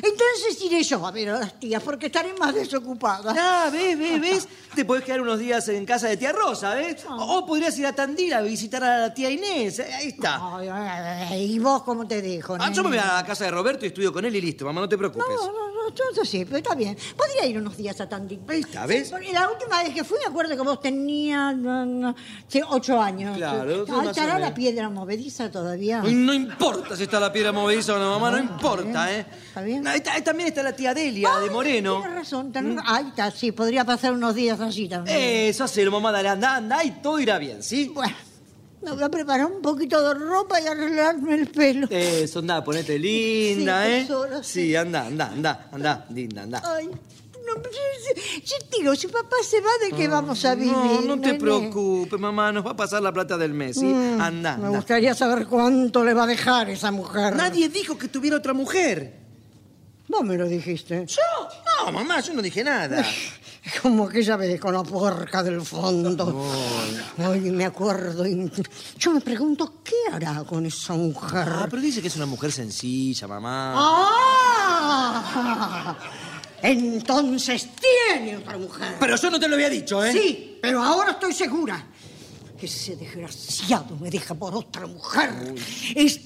[SPEAKER 4] Entonces iré yo a ver a las tías porque estaré más desocupada.
[SPEAKER 3] Ah, ves, ves, ves. Te podés quedar unos días en casa de tía Rosa, ¿ves?
[SPEAKER 4] Ah.
[SPEAKER 3] O podrías ir a Tandil a visitar a la tía Inés. Ahí está.
[SPEAKER 4] Ay, ay, ay, ¿Y vos cómo te dejo?
[SPEAKER 3] Ah, yo me voy
[SPEAKER 4] nene?
[SPEAKER 3] a la casa de Roberto y estudio con él y listo, mamá, no te
[SPEAKER 4] No,
[SPEAKER 3] preocupes.
[SPEAKER 4] no, no, yo, yo sí, pero está bien. Podría ir unos días a Tandil.
[SPEAKER 3] Ahí está, ¿ves?
[SPEAKER 4] Porque la última vez que fui, me acuerdo que vos tenías no, no, sí, ocho años.
[SPEAKER 3] Claro, tú
[SPEAKER 4] Ay,
[SPEAKER 3] más o
[SPEAKER 4] ¿Estará
[SPEAKER 3] menos.
[SPEAKER 4] la piedra movediza todavía?
[SPEAKER 3] Ay, No importa si está la piedra movediza o no, mamá, no
[SPEAKER 4] Bueno,
[SPEAKER 3] importa, ¿eh?
[SPEAKER 4] está bien, está bien.
[SPEAKER 3] Ahí está- ahí también está la tía Delia
[SPEAKER 4] Ay,
[SPEAKER 3] de Moreno. Mm.
[SPEAKER 4] Tienes razón, tenés ra- Ahí está, sí, podría pasar unos días allí también.
[SPEAKER 3] Eso hacelo, mamá, dale, anda, anda y todo irá bien, ¿sí?
[SPEAKER 4] Bueno, me voy a preparar un poquito de ropa y arreglarme el pelo.
[SPEAKER 3] Eso, anda, ponete linda,
[SPEAKER 4] Sí,
[SPEAKER 3] ¿eh?
[SPEAKER 4] tesoro, sí.
[SPEAKER 3] sí, anda, anda, anda, anda, linda, anda.
[SPEAKER 4] Ay, no, pero si- si digo, si papá se va, ¿de qué vamos a vivir?
[SPEAKER 3] No, no te
[SPEAKER 4] nene?
[SPEAKER 3] preocupes, mamá, nos va a pasar la plata del mes, ¿sí?
[SPEAKER 4] Mm,
[SPEAKER 3] Anda,
[SPEAKER 4] Me
[SPEAKER 3] anda.
[SPEAKER 4] gustaría saber cuánto le va a dejar esa mujer.
[SPEAKER 3] Nadie dijo que tuviera otra mujer.
[SPEAKER 4] Vos me lo dijiste.
[SPEAKER 3] ¿Yo? No, mamá, yo no dije nada.
[SPEAKER 4] Como aquella vez con la puerca del fondo. Ay, me acuerdo. y Yo me pregunto, ¿qué hará con esa mujer?
[SPEAKER 3] Ah, pero dice que es una mujer sencilla, mamá.
[SPEAKER 4] ¡Ah! Entonces tiene otra mujer.
[SPEAKER 3] Pero yo no te lo había dicho, ¿eh?
[SPEAKER 4] Sí, pero ahora estoy segura que ese desgraciado me deja por otra mujer. Es...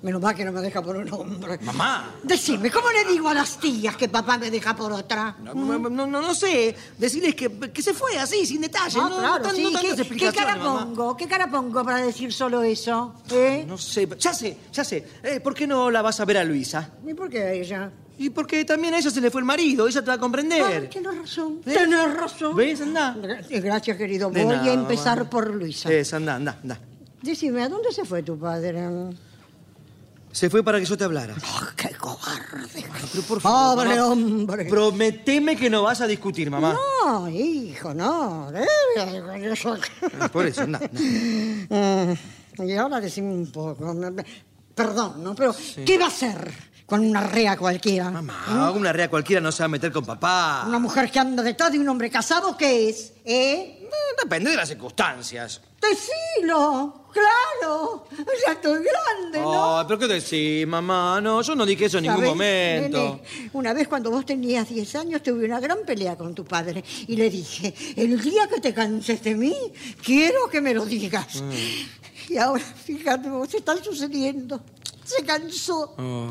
[SPEAKER 4] Menos mal que no me deja por un hombre.
[SPEAKER 3] Mamá.
[SPEAKER 4] Decime, ¿cómo le digo a las tías que papá me deja por otra?
[SPEAKER 3] No, no, no, no, no sé. Decirles que, que se fue así, sin detalles.
[SPEAKER 4] Ah,
[SPEAKER 3] no,
[SPEAKER 4] claro,
[SPEAKER 3] no tan-
[SPEAKER 4] sí.
[SPEAKER 3] no tantas
[SPEAKER 4] ¿Qué, qué
[SPEAKER 3] explicaciones,
[SPEAKER 4] cara
[SPEAKER 3] mamá.
[SPEAKER 4] pongo? ¿Qué cara pongo para decir solo eso? ¿Eh?
[SPEAKER 3] No sé, ya sé, ya sé. Eh, ¿Por qué no la vas a ver a Luisa?
[SPEAKER 4] ¿Y por qué a ella?
[SPEAKER 3] Y porque también a ella se le fue el marido, ella te va a
[SPEAKER 4] Ah,
[SPEAKER 3] comprender.
[SPEAKER 4] tienes razón.
[SPEAKER 3] ¿Ves?
[SPEAKER 4] Tienes razón.
[SPEAKER 3] ¿Eh? ¿Ves? Andá.
[SPEAKER 4] Gra- Gracias, querido.
[SPEAKER 3] De
[SPEAKER 4] Voy
[SPEAKER 3] nada,
[SPEAKER 4] a empezar
[SPEAKER 3] mamá.
[SPEAKER 4] por Luisa.
[SPEAKER 3] Esa, anda, anda, anda.
[SPEAKER 4] Decime, ¿a dónde se fue tu padre?
[SPEAKER 3] Se fue para que yo te hablara.
[SPEAKER 4] Ah, ¡Qué cobarde!
[SPEAKER 3] Pero por favor,
[SPEAKER 4] Pobre
[SPEAKER 3] mamá,
[SPEAKER 4] hombre.
[SPEAKER 3] Prometeme que no vas a discutir, mamá.
[SPEAKER 4] No, hijo, no. Debe- eso-
[SPEAKER 3] Eh, Por eso, anda, anda.
[SPEAKER 4] Mm, Y ahora decime un poco. me- me- Perdón, ¿no? Pero, ¿qué va a hacer con una rea cualquiera?
[SPEAKER 3] Mamá, una rea cualquiera no se va a meter con papá.
[SPEAKER 4] Una mujer que anda detrás de un hombre casado, ¿qué es? ¿Eh?
[SPEAKER 9] Depende de las circunstancias.
[SPEAKER 4] ¡Decilo! ¡Claro! Ya estoy grande, ¿no?
[SPEAKER 3] Ay, pero qué decís, mamá. No, yo no dije eso en ningún
[SPEAKER 4] ¿Sabés,
[SPEAKER 3] momento.
[SPEAKER 4] nene? una vez cuando vos tenías 10 años tuve una gran pelea con tu padre y le dije, el día que te canses de mí, quiero que me lo digas.
[SPEAKER 3] Mm.
[SPEAKER 4] Y ahora, fíjate, vos está sucediendo. Se cansó.
[SPEAKER 3] Oh.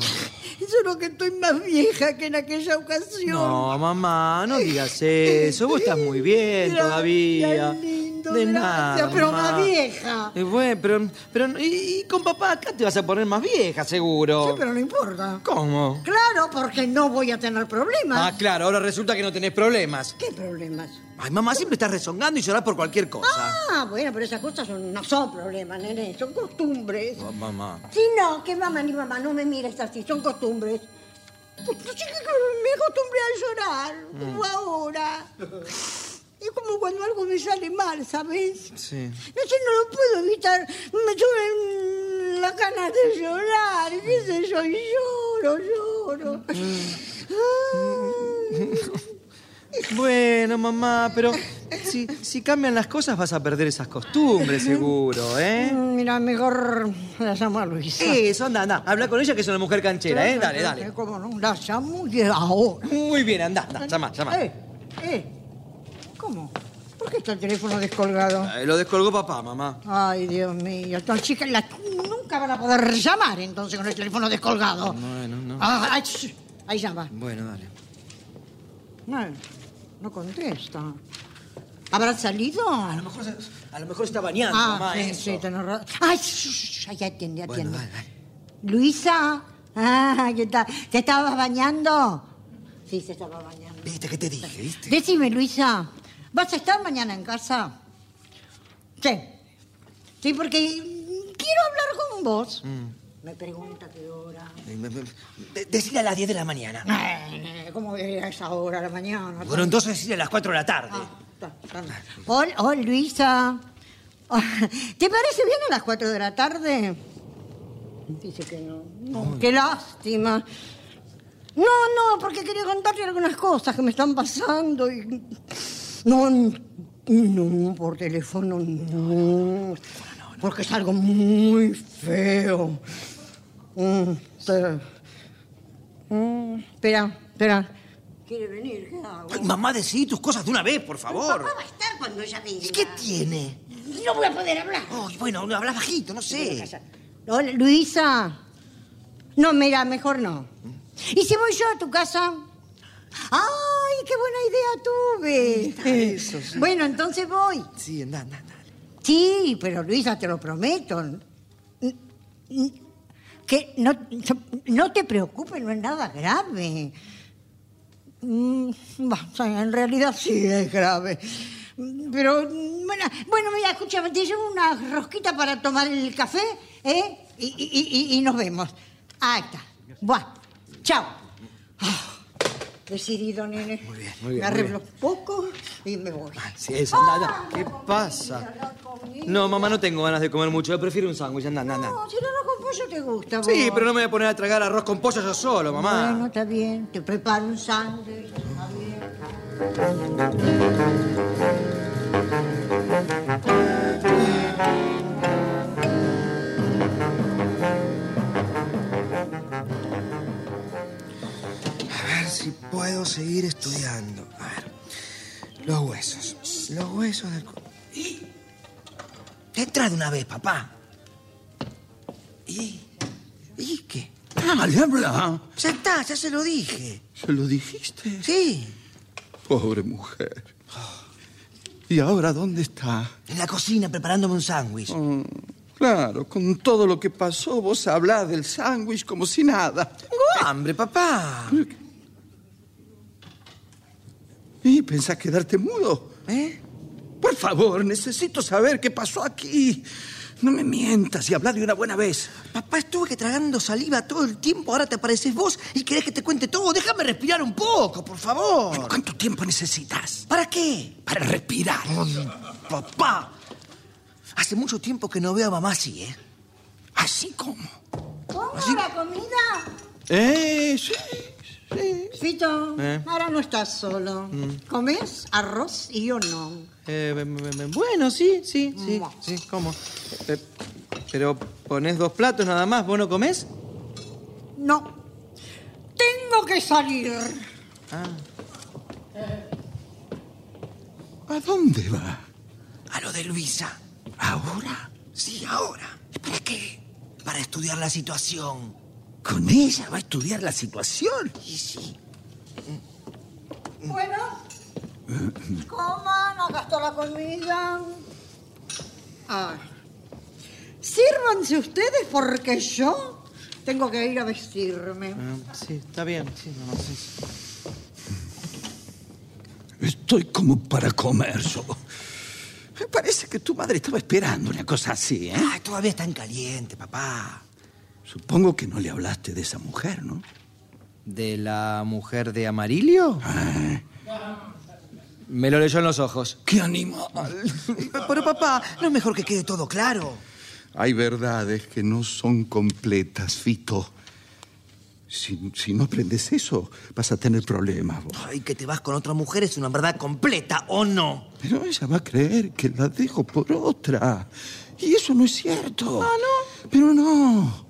[SPEAKER 4] Solo que estoy más vieja que en aquella ocasión.
[SPEAKER 3] No, mamá, no digas eso. Vos estás muy bien
[SPEAKER 4] Gracias,
[SPEAKER 3] todavía.
[SPEAKER 4] lindo,
[SPEAKER 3] de
[SPEAKER 4] gracias,
[SPEAKER 3] nada.
[SPEAKER 4] pero
[SPEAKER 3] mamá.
[SPEAKER 4] más vieja.
[SPEAKER 3] Eh, bueno, pero, pero y, y con papá acá te vas a poner más vieja, seguro.
[SPEAKER 4] Sí, pero no importa.
[SPEAKER 3] ¿Cómo?
[SPEAKER 4] Claro, porque no voy a tener problemas.
[SPEAKER 3] Ah, claro, ahora resulta que no tenés problemas.
[SPEAKER 4] ¿Qué problemas?
[SPEAKER 3] Ay, mamá, siempre estás rezongando y llorás por cualquier cosa.
[SPEAKER 4] Ah, bueno, pero esas cosas son- no son problemas, nene, son costumbres.
[SPEAKER 3] Oh, mamá.
[SPEAKER 4] Sí, no, que mamá ni mamá, no me mires así, son costumbres. Pues yo sí que me acostumbré a llorar,
[SPEAKER 3] Mm.
[SPEAKER 4] como ahora. Es como cuando algo me sale mal, ¿sabes?
[SPEAKER 3] Sí.
[SPEAKER 4] No sé, no lo puedo evitar. Me suben las ganas de llorar, qué sé yo, y lloro, lloro. Ah.
[SPEAKER 3] Bueno, mamá, pero si, si cambian las cosas vas a perder esas costumbres, seguro, ¿eh?
[SPEAKER 4] Mira, mejor la llamo a Luisa.
[SPEAKER 3] Eso, anda, anda. Habla con ella que es una mujer canchera, ¿eh? Dale,
[SPEAKER 4] Eh,
[SPEAKER 3] dale.
[SPEAKER 4] ¿Cómo no? La llamo y ahora.
[SPEAKER 3] Muy bien, anda, anda. Llama, llama.
[SPEAKER 4] Eh, eh. ¿Cómo? ¿Por qué está el teléfono descolgado?
[SPEAKER 3] Ay, Eh, lo descolgó papá, mamá.
[SPEAKER 4] Ay, Dios mío. Estas chicas las- nunca van a poder llamar entonces con el teléfono descolgado.
[SPEAKER 3] Bueno, no.
[SPEAKER 4] Ah, ay, sh- ahí llama.
[SPEAKER 3] Bueno, dale.
[SPEAKER 4] No, no contesta. ¿Habrá salido?
[SPEAKER 3] A lo mejor, se- a lo mejor está bañando,
[SPEAKER 4] Ah,
[SPEAKER 3] mamá.
[SPEAKER 4] sí,
[SPEAKER 3] eso.
[SPEAKER 4] sí, tenés razón. Ay, sh- sh- ay, atiende,
[SPEAKER 3] Bueno,
[SPEAKER 4] atiende.
[SPEAKER 3] dale, dale.
[SPEAKER 4] Luisa, ah, ¿qué tal? ¿te estabas bañando? Sí, se estaba bañando.
[SPEAKER 3] ¿Viste qué te dije, viste?
[SPEAKER 4] Decime, Luisa, ¿vas a estar mañana en casa? Sí. Sí, porque mm, quiero hablar con vos. Me pregunta qué hora.
[SPEAKER 3] Eh, De- decile a las 10 de la mañana.
[SPEAKER 4] Ay, Eh, ¿Cómo era esa hora a la mañana?
[SPEAKER 3] Bueno, entonces decile a las 4 de la tarde.
[SPEAKER 4] Ah, está, está. Hola, hola, Luisa. Ah, ¿Te parece bien a las 4 de la tarde? Dice que no. No, qué lástima. No, no, porque quería contarte algunas cosas que me están pasando y... No, no, por teléfono no. Porque es algo muy feo. Mm, te- Mm, espera, espera. ¿Quiere venir? ¿Qué hago?
[SPEAKER 3] Ay, mamá, decí tus cosas de una vez, por favor.
[SPEAKER 4] Papá va a estar cuando ella venga.
[SPEAKER 3] ¿Y qué tiene?
[SPEAKER 4] No voy a poder hablar.
[SPEAKER 3] Ay, bueno, no hablas bajito, no sé.
[SPEAKER 4] Hola, Luisa. No, mira, mejor no. ¿Y si voy yo a tu casa? ¡Ay, qué buena idea tuve!
[SPEAKER 3] Eso, sí.
[SPEAKER 4] Bueno, entonces voy.
[SPEAKER 3] Sí, anda, anda, anda.
[SPEAKER 4] Sí, pero Luisa, te lo prometo. N- n- Que no, no te preocupes, no es nada grave. Mm, bah, en realidad sí es grave. Pero, mm, bueno, bueno, mira, escúchame, te llevo una rosquita para tomar el café, ¿eh? Y, y- y- y nos vemos. Ahí está. Buah, chao. Ah, decidido, nene. Muy
[SPEAKER 3] bien, muy bien, Ah.
[SPEAKER 4] Me
[SPEAKER 3] muy
[SPEAKER 4] arreglo un poco y me voy.
[SPEAKER 3] Sí, eso, anda,
[SPEAKER 4] Ah.
[SPEAKER 3] anda. ¿Qué pasa? No, mamá, no tengo ganas de comer mucho. Yo prefiero un sándwich, anda, anda, anda.
[SPEAKER 4] No, si el arroz con pollo te gusta,
[SPEAKER 3] Sí,
[SPEAKER 4] vos.
[SPEAKER 3] pero no me voy a poner a tragar arroz con pollo yo solo,
[SPEAKER 4] Bueno,
[SPEAKER 3] mamá.
[SPEAKER 4] está bien, te preparo un sándwich. está bien.
[SPEAKER 3] A ver si puedo seguir estudiando. A ver. Los huesos. Los huesos del. cu- ¡Y! Entra de una vez, papá. ¿Y? ¿Y qué?
[SPEAKER 5] ¡Dale, habla!
[SPEAKER 3] Ya está, ya se lo dije.
[SPEAKER 5] ¿Se lo dijiste?
[SPEAKER 3] Sí,
[SPEAKER 5] Pobre mujer.
[SPEAKER 3] Ah.
[SPEAKER 5] ¿Y ahora dónde está?
[SPEAKER 3] en la cocina preparándome un sándwich.
[SPEAKER 5] Mm, Claro, con todo lo que pasó, vos hablás del sándwich como si nada.
[SPEAKER 3] Tengo hambre, papá.
[SPEAKER 5] ¿Y pensás quedarte mudo?
[SPEAKER 3] ¿Eh?
[SPEAKER 5] Por favor, necesito saber qué pasó aquí. No me mientas y habla de una buena vez.
[SPEAKER 3] Papá, estuve que tragando saliva todo el tiempo. Ahora te apareces vos y querés que te cuente todo. Déjame respirar un poco, por favor.
[SPEAKER 5] ¿Cuánto tiempo necesitas
[SPEAKER 3] ¿Para qué?
[SPEAKER 5] para respirar?
[SPEAKER 3] Papá. Hace mucho tiempo que no veo a mamá así, ¿eh?
[SPEAKER 5] ¿Así como?
[SPEAKER 4] ¿Cómo la comida?
[SPEAKER 5] Eh, sí.
[SPEAKER 4] Fito,
[SPEAKER 3] Eh.
[SPEAKER 4] ahora no estás solo.
[SPEAKER 3] Mm.
[SPEAKER 4] ¿Comes arroz y yo no?
[SPEAKER 3] Eh, bueno, sí, sí, sí,
[SPEAKER 4] Mua.
[SPEAKER 3] sí, ¿cómo? Eh, pero ponés dos platos nada más, ¿vos no comés?
[SPEAKER 4] No. Tengo que salir.
[SPEAKER 5] ¿A dónde va?
[SPEAKER 3] A lo de Luisa.
[SPEAKER 5] ¿Ahora?
[SPEAKER 3] Sí, ahora. ¿Para qué? Para estudiar la situación.
[SPEAKER 5] ¿Con ella va a estudiar la situación?
[SPEAKER 3] Y sí.
[SPEAKER 4] Bueno, coman, acá está la comida. Ah. Sírvanse ustedes porque yo tengo que ir a vestirme.
[SPEAKER 3] Ah. sí, está bien. Sí, mamá, sí.
[SPEAKER 5] Estoy como para comer yo. Me parece que tu madre estaba esperando una cosa así, ¿eh?
[SPEAKER 3] Ay, todavía está en caliente, papá.
[SPEAKER 5] Supongo que no le hablaste de esa mujer, ¿no?
[SPEAKER 3] ¿De la mujer de Amarillo? Me lo leyó en los ojos.
[SPEAKER 5] Ah. ¡Qué animal!
[SPEAKER 3] Pero papá, no es mejor que quede todo claro.
[SPEAKER 5] Hay verdades que no son completas, Fito. Si, si no aprendes eso, vas a tener problemas vos.
[SPEAKER 3] Ay, que te vas con otra mujer es una verdad completa, ¿o no?
[SPEAKER 5] Pero ella va a creer que la dejo por otra. Y eso no es cierto. Ah, no. Pero no.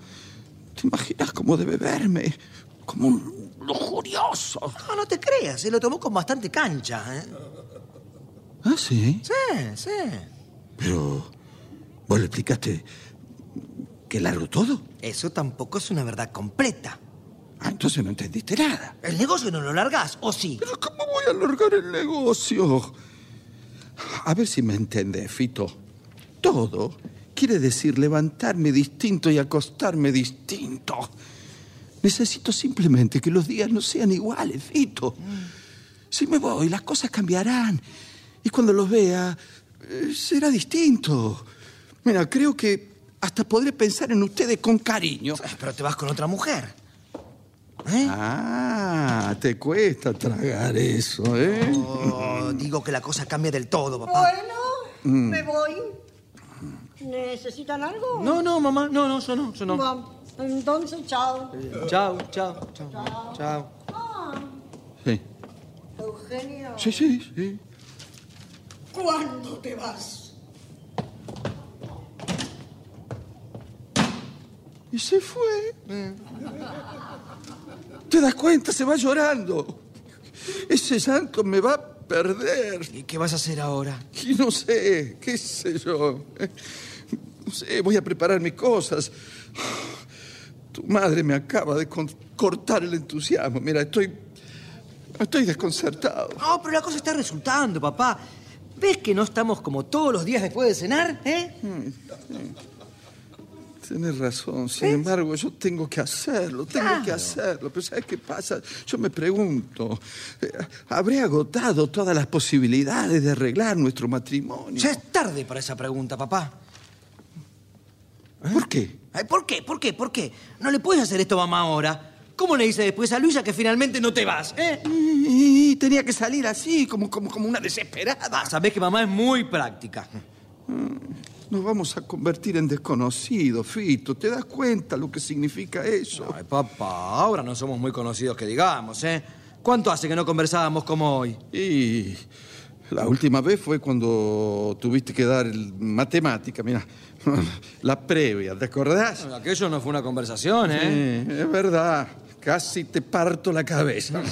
[SPEAKER 5] ¿Te imaginas cómo debe verme? Como un lujurioso.
[SPEAKER 3] No, no te creas, se lo tomó con bastante cancha. ¿eh?
[SPEAKER 5] Ah, sí.
[SPEAKER 3] Sí, sí.
[SPEAKER 5] Pero. ¿Vos le explicaste que largo todo?
[SPEAKER 3] Eso tampoco es una verdad completa.
[SPEAKER 5] Ah, entonces no entendiste nada.
[SPEAKER 3] El negocio no lo largas, ¿o sí?
[SPEAKER 5] Pero ¿cómo voy a alargar el negocio? A ver si me entendés, Fito. Todo quiere decir levantarme distinto y acostarme distinto. Necesito simplemente que los días no sean iguales, Fito. Si me voy, las cosas cambiarán. Y cuando los vea, eh, será distinto. Mira, creo que hasta podré pensar en ustedes con cariño.
[SPEAKER 3] Pero te vas con otra mujer. ¿Eh?
[SPEAKER 5] Ah, te cuesta tragar eso, ¿eh?
[SPEAKER 3] Oh, digo que la cosa cambia del todo, papá.
[SPEAKER 4] Bueno, me voy. ¿Necesitan algo?
[SPEAKER 10] No, no, mamá, no, no, yo no, yo no.
[SPEAKER 4] Bueno, entonces, chao.
[SPEAKER 10] Chao, chao, chao, mamá, chao.
[SPEAKER 4] Ah,
[SPEAKER 5] Sí.
[SPEAKER 4] Eugenio,
[SPEAKER 5] Sí, sí, sí.
[SPEAKER 4] ¿cuándo te vas?
[SPEAKER 5] Y se fue. ¿Te das cuenta? Se va llorando. Ese Santos me va a perder.
[SPEAKER 3] ¿Y qué vas a hacer ahora?
[SPEAKER 5] Y no sé, qué sé yo. No sé, voy a preparar mis cosas. Tu madre me acaba de con- cortar el entusiasmo. Mira, estoy. Estoy desconcertado.
[SPEAKER 3] No, pero la cosa está resultando, papá. ¿Ves que no estamos como todos los días después de cenar? ¿Eh?
[SPEAKER 5] Tienes razón. Sin embargo, yo tengo que hacerlo, tengo que hacerlo. Pero ¿sabes qué pasa? Yo me pregunto, eh, ¿habré agotado todas las posibilidades de arreglar nuestro matrimonio?
[SPEAKER 3] Ya es tarde para esa pregunta, papá.
[SPEAKER 5] ¿Eh? ¿Por qué?
[SPEAKER 3] Ay, ¿Por qué? ¿Por qué? ¿Por qué? No le puedes hacer esto a mamá ahora. ¿Cómo le dices después a Luisa que finalmente no te vas? ¿Eh?
[SPEAKER 5] Y tenía que salir así, como, como, como una desesperada.
[SPEAKER 3] Ah, Sabés que mamá es muy práctica.
[SPEAKER 5] Nos vamos a convertir en desconocidos, Fito. ¿Te das cuenta lo que significa eso?
[SPEAKER 3] Ay, papá, ahora no somos muy conocidos que digamos, ¿eh? ¿Cuánto hace que no conversábamos como hoy?
[SPEAKER 5] Y la última vez fue cuando tuviste que dar el- matemática, mira, la previa, ¿te acordás?
[SPEAKER 3] Aquello no fue una conversación, eh.
[SPEAKER 5] Sí, es verdad. Casi te parto la cabeza.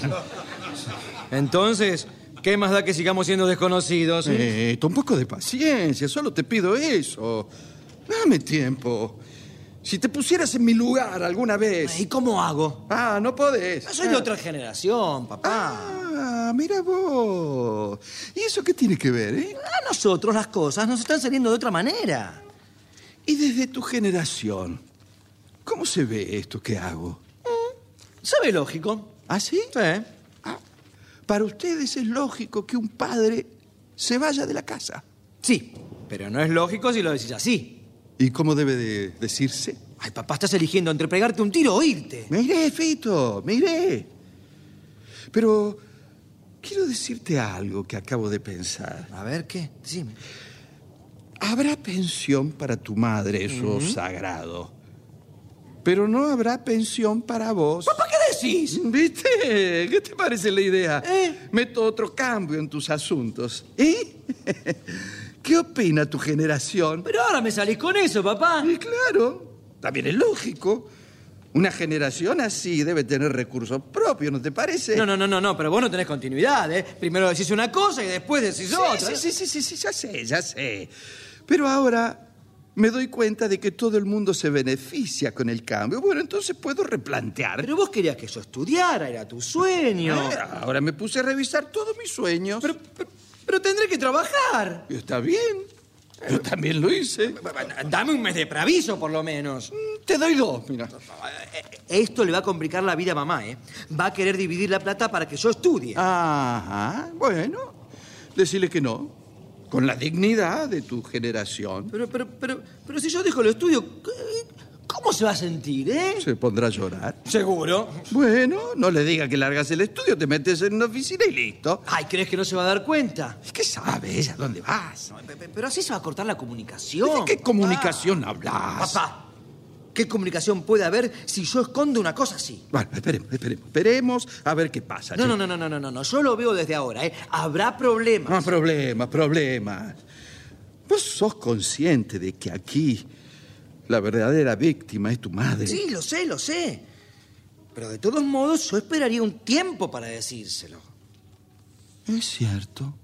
[SPEAKER 3] Entonces, ¿qué más da que sigamos siendo desconocidos?
[SPEAKER 5] Eh, un poco de paciencia, solo te pido eso. Dame tiempo. Si te pusieras en mi lugar alguna vez.
[SPEAKER 3] ¿Y cómo hago?
[SPEAKER 5] Ah, no podés.
[SPEAKER 3] Yo soy de otra generación, papá.
[SPEAKER 5] Ah, mira vos. ¿Y eso qué tiene que ver, eh?
[SPEAKER 3] A nosotros las cosas nos están saliendo de otra manera.
[SPEAKER 5] Y desde tu generación, ¿cómo se ve esto que hago?
[SPEAKER 3] ¿Sabe lógico?
[SPEAKER 5] ¿Ah, sí? Ah, para ustedes es lógico que un padre se vaya de la casa.
[SPEAKER 3] Sí, pero no es lógico si lo decís así.
[SPEAKER 5] ¿Y cómo debe de decirse?
[SPEAKER 3] Ay, papá, estás eligiendo entre pegarte un tiro o irte.
[SPEAKER 5] Me iré, Fito, me iré. Pero quiero decirte algo que acabo de pensar.
[SPEAKER 3] A ver, ¿qué? Decime.
[SPEAKER 5] Habrá pensión para tu madre, eso sagrado. Pero no habrá pensión para vos.
[SPEAKER 3] ¿Papá, qué decís?
[SPEAKER 5] ¿Viste? ¿Qué te parece la idea? Meto otro cambio en tus asuntos. ¿Eh? ¿Qué opina tu generación?
[SPEAKER 3] Pero ahora me salís con eso, papá.
[SPEAKER 5] Y claro, también es lógico. Una generación así debe tener recursos propios, ¿no te parece?
[SPEAKER 3] No, no, no, no, no, pero vos no tenés continuidad, ¿eh? Primero decís una cosa y después decís otra.
[SPEAKER 5] Sí, sí, sí, sí, sí, ya sé, ya sé. Pero ahora me doy cuenta de que todo el mundo se beneficia con el cambio. Bueno, entonces puedo replantear.
[SPEAKER 3] Pero vos querías que yo estudiara, era tu sueño.
[SPEAKER 5] Ah, Ahora me puse a revisar todos mis sueños.
[SPEAKER 3] Pero, pero- pero tendré que trabajar.
[SPEAKER 5] Está bien. Yo también lo hice.
[SPEAKER 3] Dame un mes de preaviso, por lo menos. Eh,
[SPEAKER 5] Te doy dos, mira.
[SPEAKER 3] Esto le va a complicar la vida a mamá, ¿eh? Va a querer dividir la plata para que yo estudie.
[SPEAKER 5] Ajá, bueno. Decirle que no. Con la dignidad de tu generación.
[SPEAKER 3] Pero, pero, pero, pero si yo dejo el estudio, ¿cómo se va a sentir, eh?
[SPEAKER 5] Se pondrá a llorar.
[SPEAKER 3] Seguro.
[SPEAKER 5] Bueno, no le diga que largas el estudio, te metes en una oficina y listo.
[SPEAKER 3] Ay, ¿crees que no se va a dar cuenta?
[SPEAKER 5] ¿Qué sabe ella? ¿Dónde vas?
[SPEAKER 3] No, pe- pe- Pero así se va a cortar la
[SPEAKER 5] ¿De
[SPEAKER 3] comunicación.
[SPEAKER 5] qué
[SPEAKER 3] papá.
[SPEAKER 5] comunicación hablas?
[SPEAKER 3] Papá, ¿qué comunicación puede haber si yo escondo una cosa así?
[SPEAKER 5] Bueno, esperemos, esperemos. Esperemos a ver qué pasa.
[SPEAKER 3] No,
[SPEAKER 5] che.
[SPEAKER 3] no, no, no, no, no, no, no. Yo lo veo desde ahora, ¿eh? Habrá problemas.
[SPEAKER 5] No, problemas, problemas. ¿Vos sos consciente de que aquí la verdadera víctima es tu madre?
[SPEAKER 3] Sí, lo sé, lo sé. Pero de todos modos, yo esperaría un tiempo para decírselo.
[SPEAKER 5] Es cierto.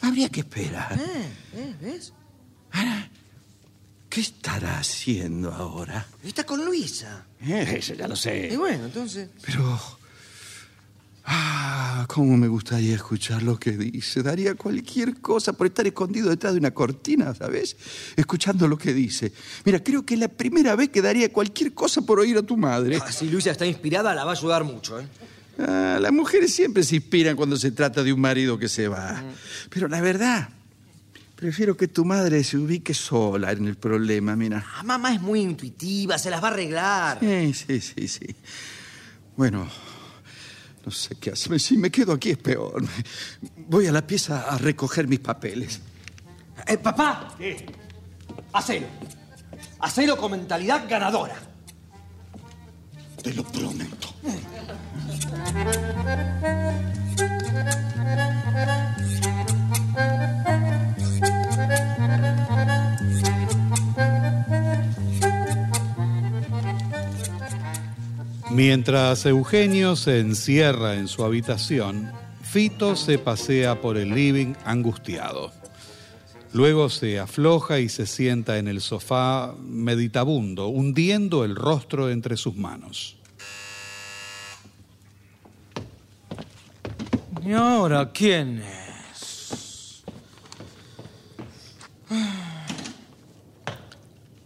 [SPEAKER 5] Habría que esperar.
[SPEAKER 3] Eh, eh, ¿Ves?
[SPEAKER 5] ¿Qué estará haciendo ahora?
[SPEAKER 3] Está con Luisa.
[SPEAKER 5] Eh, eso ya lo
[SPEAKER 3] Y
[SPEAKER 5] sé.
[SPEAKER 3] bueno, entonces.
[SPEAKER 5] Pero... Ah, cómo me gustaría escuchar lo que dice. Daría cualquier cosa por estar escondido detrás de una cortina, ¿sabes? Escuchando lo que dice. Mira, creo que es la primera vez que daría cualquier cosa por oír a tu madre.
[SPEAKER 3] Ah, si Luisa está inspirada, la va a ayudar mucho, ¿eh?
[SPEAKER 5] Ah, las mujeres siempre se inspiran cuando se trata de un marido que se va. Pero la verdad, prefiero que tu madre se ubique sola en el problema, mira.
[SPEAKER 3] Ah, mamá es muy intuitiva, se las va a arreglar.
[SPEAKER 5] Sí, sí, sí, sí. Bueno, no sé qué hacer. Si me quedo aquí es peor. Voy a la pieza a recoger mis papeles.
[SPEAKER 3] Eh, papá, hacelo. Hacelo con mentalidad ganadora.
[SPEAKER 5] Te lo prometo.
[SPEAKER 2] Mientras Eugenio se encierra en su habitación, Fito se pasea por el living angustiado. Luego se afloja y se sienta en el sofá meditabundo, hundiendo el rostro entre sus manos.
[SPEAKER 3] ¿Y ahora quién es? Ah.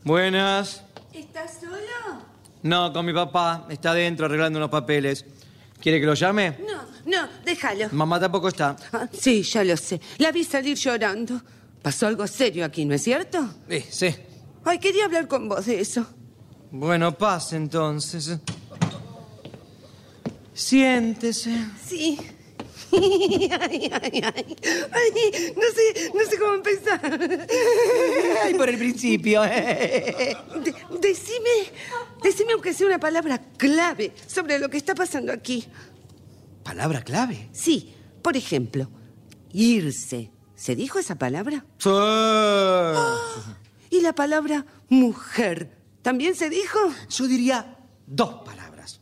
[SPEAKER 3] Buenas.
[SPEAKER 11] ¿Estás solo?
[SPEAKER 3] No, con mi papá. Está adentro arreglando unos papeles. ¿Quiere que lo llame?
[SPEAKER 11] No, no, déjalo.
[SPEAKER 3] Mamá tampoco está.
[SPEAKER 11] Ah, sí, ya lo sé. La vi salir llorando. Pasó algo serio aquí, ¿no es cierto?
[SPEAKER 3] Sí, Eh, sí.
[SPEAKER 11] Ay, quería hablar con vos de eso.
[SPEAKER 3] Bueno, pase entonces. Siéntese.
[SPEAKER 11] Sí. Ay, ay, ay, ay. Ay, no sé, no sé cómo empezar.
[SPEAKER 12] Ay, por el principio. eh.
[SPEAKER 11] De- decime, decime aunque sea una palabra clave sobre lo que está pasando aquí.
[SPEAKER 12] ¿Palabra clave?
[SPEAKER 11] Sí, por ejemplo, irse. ¿Se dijo esa palabra?
[SPEAKER 3] Sí. Ah,
[SPEAKER 11] ¿Y la palabra mujer? ¿También se dijo?
[SPEAKER 12] Yo diría dos palabras.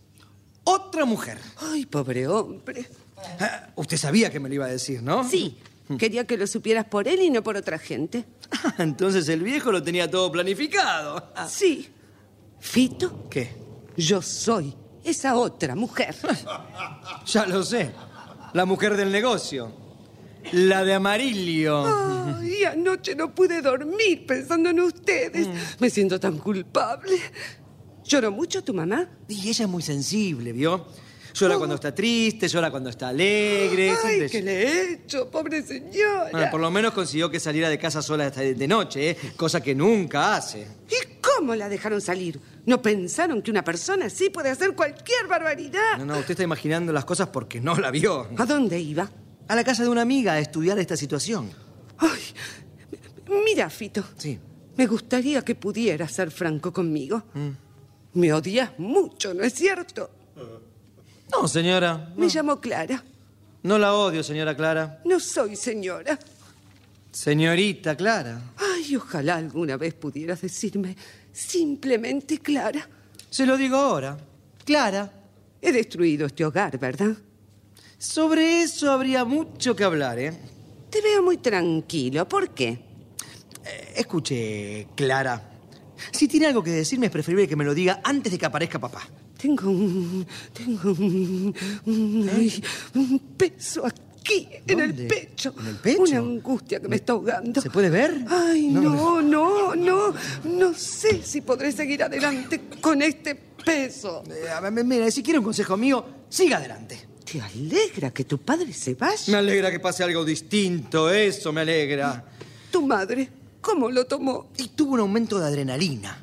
[SPEAKER 12] Otra mujer.
[SPEAKER 11] Ay, pobre hombre.
[SPEAKER 3] Ah, Usted sabía que me lo iba a decir, ¿no?
[SPEAKER 11] Sí,
[SPEAKER 3] Mm.
[SPEAKER 11] quería que lo supieras por él y no por otra gente.
[SPEAKER 3] Ah, Entonces el viejo lo tenía todo planificado. Ah,
[SPEAKER 11] Sí. Fito,
[SPEAKER 3] ¿Qué?
[SPEAKER 11] yo soy esa otra mujer.
[SPEAKER 3] Ya lo sé. La mujer del negocio. La de
[SPEAKER 12] Ah.
[SPEAKER 3] amarillo.
[SPEAKER 11] Ay, anoche no pude dormir pensando en
[SPEAKER 3] Mm.
[SPEAKER 11] ustedes. Me siento tan culpable. ¿Lloró mucho tu mamá?
[SPEAKER 3] Y ella es muy sensible, ¿vio? Llora
[SPEAKER 12] Ah.
[SPEAKER 3] cuando está triste, llora cuando está alegre.
[SPEAKER 11] Ay,
[SPEAKER 3] siempre-
[SPEAKER 11] ¿qué le he hecho, pobre señora?
[SPEAKER 3] Bueno, Ah, por lo menos consiguió que saliera de casa sola hasta de noche, ¿eh? cosa que nunca hace.
[SPEAKER 11] ¿Y cómo la dejaron salir? ¿No pensaron que una persona así puede hacer cualquier barbaridad?
[SPEAKER 3] No, no, usted está imaginando las cosas porque no la vio.
[SPEAKER 11] ¿A dónde iba?
[SPEAKER 12] A la casa de una amiga a estudiar esta situación.
[SPEAKER 11] Ay, mira, Fito.
[SPEAKER 3] Sí.
[SPEAKER 11] Me gustaría que pudieras ser franco conmigo. Me odias mucho, ¿no es cierto?
[SPEAKER 3] No, señora.
[SPEAKER 11] Me llamo Clara.
[SPEAKER 3] No la odio, señora Clara.
[SPEAKER 11] No soy señora.
[SPEAKER 3] Señorita Clara.
[SPEAKER 11] Ay, ojalá alguna vez pudieras decirme simplemente Clara.
[SPEAKER 3] Se lo digo ahora. Clara.
[SPEAKER 11] He destruido este hogar, ¿verdad?
[SPEAKER 3] Sobre eso habría mucho que hablar, ¿eh?
[SPEAKER 11] Te veo muy tranquilo. ¿Por qué?
[SPEAKER 12] Escuche, Clara. Si tiene algo que decirme, es preferible que me lo diga antes de que aparezca papá.
[SPEAKER 11] Tengo un. Tengo un. Un, ay, un peso aquí, en el pecho.
[SPEAKER 12] ¿En el pecho?
[SPEAKER 11] Una angustia que me está ahogando.
[SPEAKER 12] ¿Se puede ver?
[SPEAKER 11] Ay, no, no, no. No sé si podré seguir adelante con este peso.
[SPEAKER 12] Eh, a ver, mira, si quiere un consejo mío, siga adelante.
[SPEAKER 11] ¿Te alegra que tu padre se
[SPEAKER 3] Me
[SPEAKER 11] vaya?
[SPEAKER 3] alegra que pase algo distinto, eso me alegra.
[SPEAKER 11] Tu madre, ¿cómo lo tomó?
[SPEAKER 12] Y tuvo un aumento de adrenalina.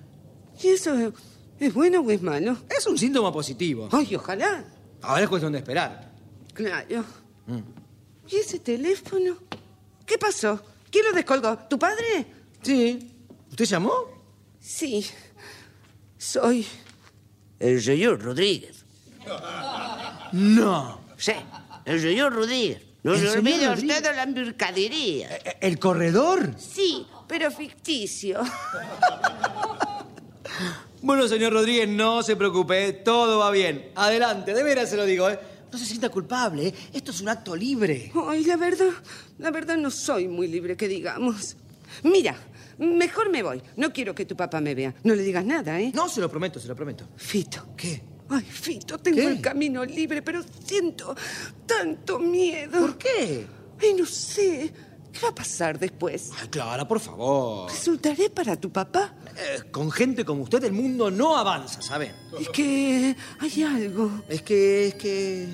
[SPEAKER 11] ¿Y eso es, es bueno o es malo?
[SPEAKER 3] Es un síntoma positivo.
[SPEAKER 11] Ay, ojalá.
[SPEAKER 3] Ahora es cuestión de esperar.
[SPEAKER 11] Claro. Mm. ¿Y ese teléfono? ¿Qué pasó? ¿Quién lo descolgó? ¿Tu padre?
[SPEAKER 3] Sí. ¿Usted llamó?
[SPEAKER 11] Sí. Soy. El señor Rodríguez.
[SPEAKER 3] No.
[SPEAKER 13] Sí, el señor Rodríguez. No
[SPEAKER 12] El
[SPEAKER 13] se
[SPEAKER 12] señor
[SPEAKER 13] olvide
[SPEAKER 12] Rodríguez.
[SPEAKER 13] usted de la mercadería.
[SPEAKER 12] E-, ¿El corredor?
[SPEAKER 11] Sí, pero ficticio.
[SPEAKER 3] Bueno, señor Rodríguez, no se preocupe, ¿eh? todo va bien. Adelante, de veras se lo digo, ¿eh?
[SPEAKER 12] No se sienta culpable. ¿eh? Esto es un acto libre.
[SPEAKER 11] Ay, la verdad, la verdad no soy muy libre, que digamos. Mira, mejor me voy. No quiero que tu papá me vea. No le digas nada, ¿eh?
[SPEAKER 3] No, se lo prometo, se lo prometo.
[SPEAKER 11] Fito.
[SPEAKER 12] ¿Qué?
[SPEAKER 11] Ay, Fito, tengo
[SPEAKER 12] ¿Qué?
[SPEAKER 11] el camino libre, pero siento tanto miedo.
[SPEAKER 12] ¿Por qué?
[SPEAKER 11] Ay, no sé. ¿Qué va a pasar después?
[SPEAKER 3] Ay, Clara, por favor.
[SPEAKER 11] ¿Resultaré para tu papá?
[SPEAKER 3] Eh, con gente como usted el mundo no avanza, ¿sabe?
[SPEAKER 11] Es que hay algo.
[SPEAKER 12] Es que, es que...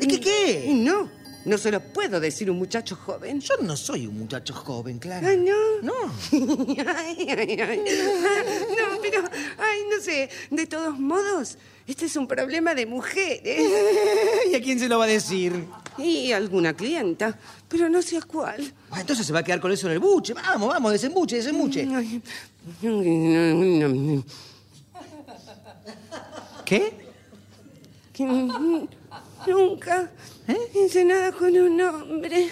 [SPEAKER 12] ¿Es que
[SPEAKER 11] Y
[SPEAKER 12] qué?
[SPEAKER 11] No, no se lo puedo decir a un muchacho joven.
[SPEAKER 12] Yo no soy un muchacho joven, Clara.
[SPEAKER 11] Ay, no.
[SPEAKER 12] No.
[SPEAKER 11] Ay, ay, ay. No, pero, ay, no sé. De todos modos, este es un problema de mujeres.
[SPEAKER 3] ¿Y a quién se lo va a decir?
[SPEAKER 11] Y alguna clienta, pero no sé a cuál.
[SPEAKER 12] Ah, Entonces se va a quedar con eso en el buche. Vamos, vamos, desembuche, desembuche.
[SPEAKER 11] Ay.
[SPEAKER 12] ¿Qué?
[SPEAKER 11] Que Nunca
[SPEAKER 12] ¿Eh?
[SPEAKER 11] hice nada con un hombre.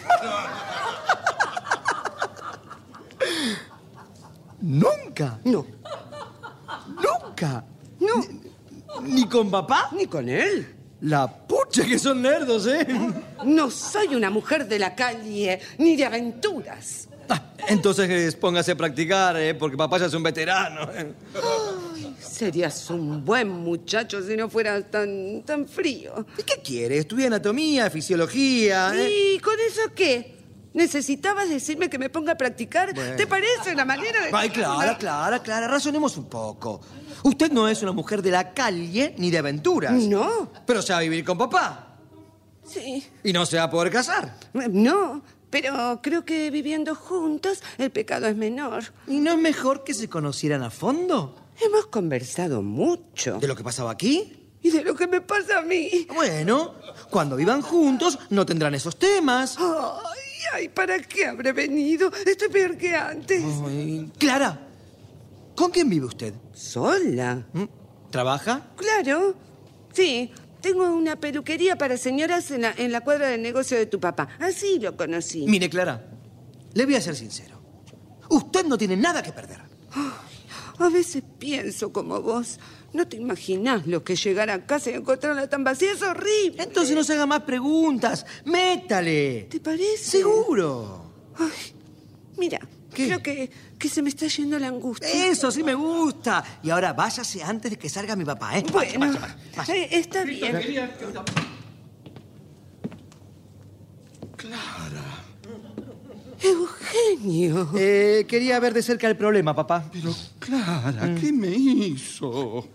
[SPEAKER 12] Nunca,
[SPEAKER 11] No,
[SPEAKER 12] nunca.
[SPEAKER 11] no.
[SPEAKER 14] ¿Ni con papá?
[SPEAKER 11] Ni con él. Ah.
[SPEAKER 14] La pucha que son nerdos, ¿eh?
[SPEAKER 11] No soy una mujer de la calle, ni de aventuras.
[SPEAKER 3] Ah,
[SPEAKER 14] Entonces eh, póngase a practicar, ¿eh? Porque papá ya es un veterano. ¿eh?
[SPEAKER 11] Ay, serías un buen muchacho si no fueras tan, tan frío.
[SPEAKER 3] ¿Y qué quiere? Estudia anatomía, fisiología. ¿eh?
[SPEAKER 11] ¿Y con eso qué? ¿Necesitabas decirme que me ponga a practicar?
[SPEAKER 3] Bueno.
[SPEAKER 11] ¿Te parece una manera de...?
[SPEAKER 3] Ay, Clara, Clara, Clara, razonemos un poco. Usted no es una mujer de la calle ni de aventuras.
[SPEAKER 11] No.
[SPEAKER 3] Pero se va a vivir con papá.
[SPEAKER 11] Sí.
[SPEAKER 3] Y no se va a poder casar.
[SPEAKER 11] No, pero creo que viviendo juntos el pecado es menor.
[SPEAKER 3] ¿Y no es mejor que se conocieran a fondo?
[SPEAKER 11] Hemos conversado mucho.
[SPEAKER 3] ¿De lo que pasaba aquí?
[SPEAKER 11] Y de lo que me pasa a mí.
[SPEAKER 3] Bueno, cuando vivan juntos no tendrán esos temas.
[SPEAKER 11] Ay, ay, ¿para qué habré venido? Estoy peor que antes.
[SPEAKER 3] Ay, Clara, ¿con quién vive usted? ¿Mm?
[SPEAKER 11] Sola.
[SPEAKER 3] ¿Trabaja?
[SPEAKER 11] Claro. Sí, tengo una peluquería para señoras en la, en la cuadra del negocio de tu papá. Así lo conocí.
[SPEAKER 3] Mire, Clara, le voy a ser sincero. Usted no tiene nada que perder.
[SPEAKER 11] A veces pienso como vos. No te imaginás lo que llegar a casa y encontrarla tan vacía es horrible.
[SPEAKER 3] Entonces no se haga más preguntas. Métale.
[SPEAKER 11] ¿Te parece?
[SPEAKER 3] Seguro.
[SPEAKER 11] Ay, mira,
[SPEAKER 3] ¿Qué?
[SPEAKER 11] creo que, que se me está yendo la angustia.
[SPEAKER 3] Eso sí me gusta. Y ahora váyase antes de que salga mi papá, ¿eh? Vaya,
[SPEAKER 11] Bueno,
[SPEAKER 3] vaya, vaya, vaya.
[SPEAKER 11] eh, está bien. Eugenio.
[SPEAKER 3] Eh, quería ver de cerca el problema, papá.
[SPEAKER 5] Pero Clara, ¿qué me hizo?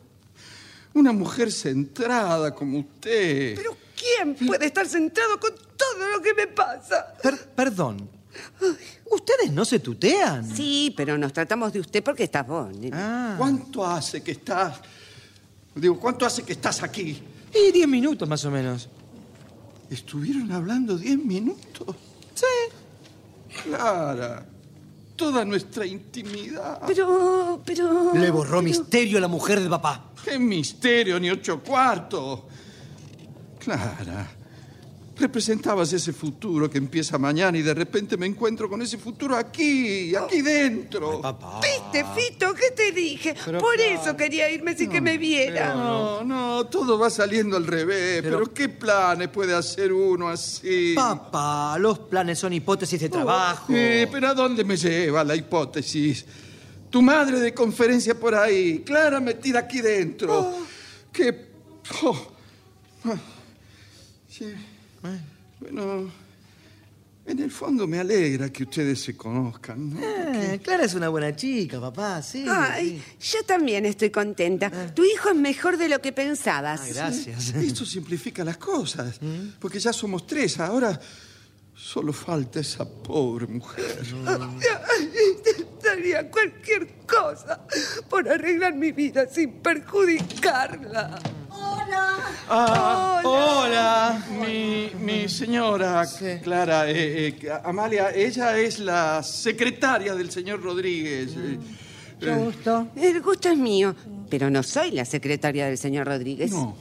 [SPEAKER 5] Una mujer centrada como usted.
[SPEAKER 11] Pero ¿quién puede estar centrado con todo lo que me pasa?
[SPEAKER 3] Per- perdón. ¿Ustedes no se tutean?
[SPEAKER 11] Sí, pero nos tratamos de usted porque estás vos. nene.
[SPEAKER 3] Ah.
[SPEAKER 5] ¿Cuánto hace que estás? Digo, ¿cuánto hace que estás aquí?
[SPEAKER 14] Y diez minutos más o menos.
[SPEAKER 5] Estuvieron hablando diez minutos. Sí. Clara, toda nuestra intimidad.
[SPEAKER 11] Pero, pero...
[SPEAKER 3] Ah. Le borró misterio a la mujer de papá.
[SPEAKER 5] ¡Qué misterio, ni ocho cuartos! Clara, representabas ese futuro que empieza mañana y de repente me encuentro con ese futuro aquí, aquí dentro.
[SPEAKER 3] Papá.
[SPEAKER 11] ¿Viste, Fito? ¿Qué te dije? Por eso quería irme sin que me viera.
[SPEAKER 5] No, no, todo va saliendo al revés. Pero, ¿qué planes puede hacer uno así?
[SPEAKER 3] Papá, los planes son hipótesis de trabajo.
[SPEAKER 5] Eh, pero ¿a dónde me lleva la hipótesis? Tu madre de conferencia por ahí, Clara metida aquí dentro. Que. oh. Ah. Sí. Bueno, en el fondo me alegra que ustedes se conozcan, ¿no?
[SPEAKER 3] Ah, Clara es una buena chica, papá, sí.
[SPEAKER 11] Ay, yo también estoy contenta. Tu hijo es mejor de lo que pensabas.
[SPEAKER 3] sí. Gracias.
[SPEAKER 5] Esto simplifica las cosas, porque ya somos tres, ahora solo falta esa pobre mujer.
[SPEAKER 11] Ay, Intentaría cualquier cosa por arreglar mi vida sin perjudicarla.
[SPEAKER 4] Hola.
[SPEAKER 5] Ah,
[SPEAKER 14] Hola.
[SPEAKER 5] Mi, mi señora Clara, eh, eh, Amalia, ella es la secretaria del señor Rodríguez. eh,
[SPEAKER 4] Mucho
[SPEAKER 5] eh,
[SPEAKER 4] gusto.
[SPEAKER 11] El gusto es mío, pero no soy la secretaria del señor Rodríguez.
[SPEAKER 5] no.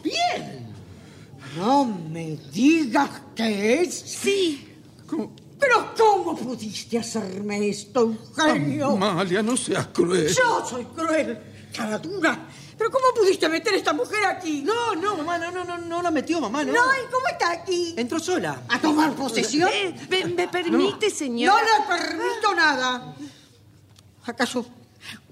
[SPEAKER 4] No me digas que es.
[SPEAKER 11] Sí.
[SPEAKER 5] ¿Cómo?
[SPEAKER 4] Pero ¿cómo pudiste hacerme esto, Eugenio?
[SPEAKER 5] Amalia, no seas cruel.
[SPEAKER 4] Yo soy cruel, caradura. Pero ¿cómo pudiste meter a esta mujer aquí? No,
[SPEAKER 3] No, no, mamá, no, no, no, no la metió, mamá, no.
[SPEAKER 4] no, ¿y cómo está aquí?
[SPEAKER 3] Entró sola.
[SPEAKER 4] ¿A tomar posesión?
[SPEAKER 11] Eh, ¿Me, me permite,
[SPEAKER 4] No
[SPEAKER 11] señora?
[SPEAKER 4] le permito nada. ¿Acaso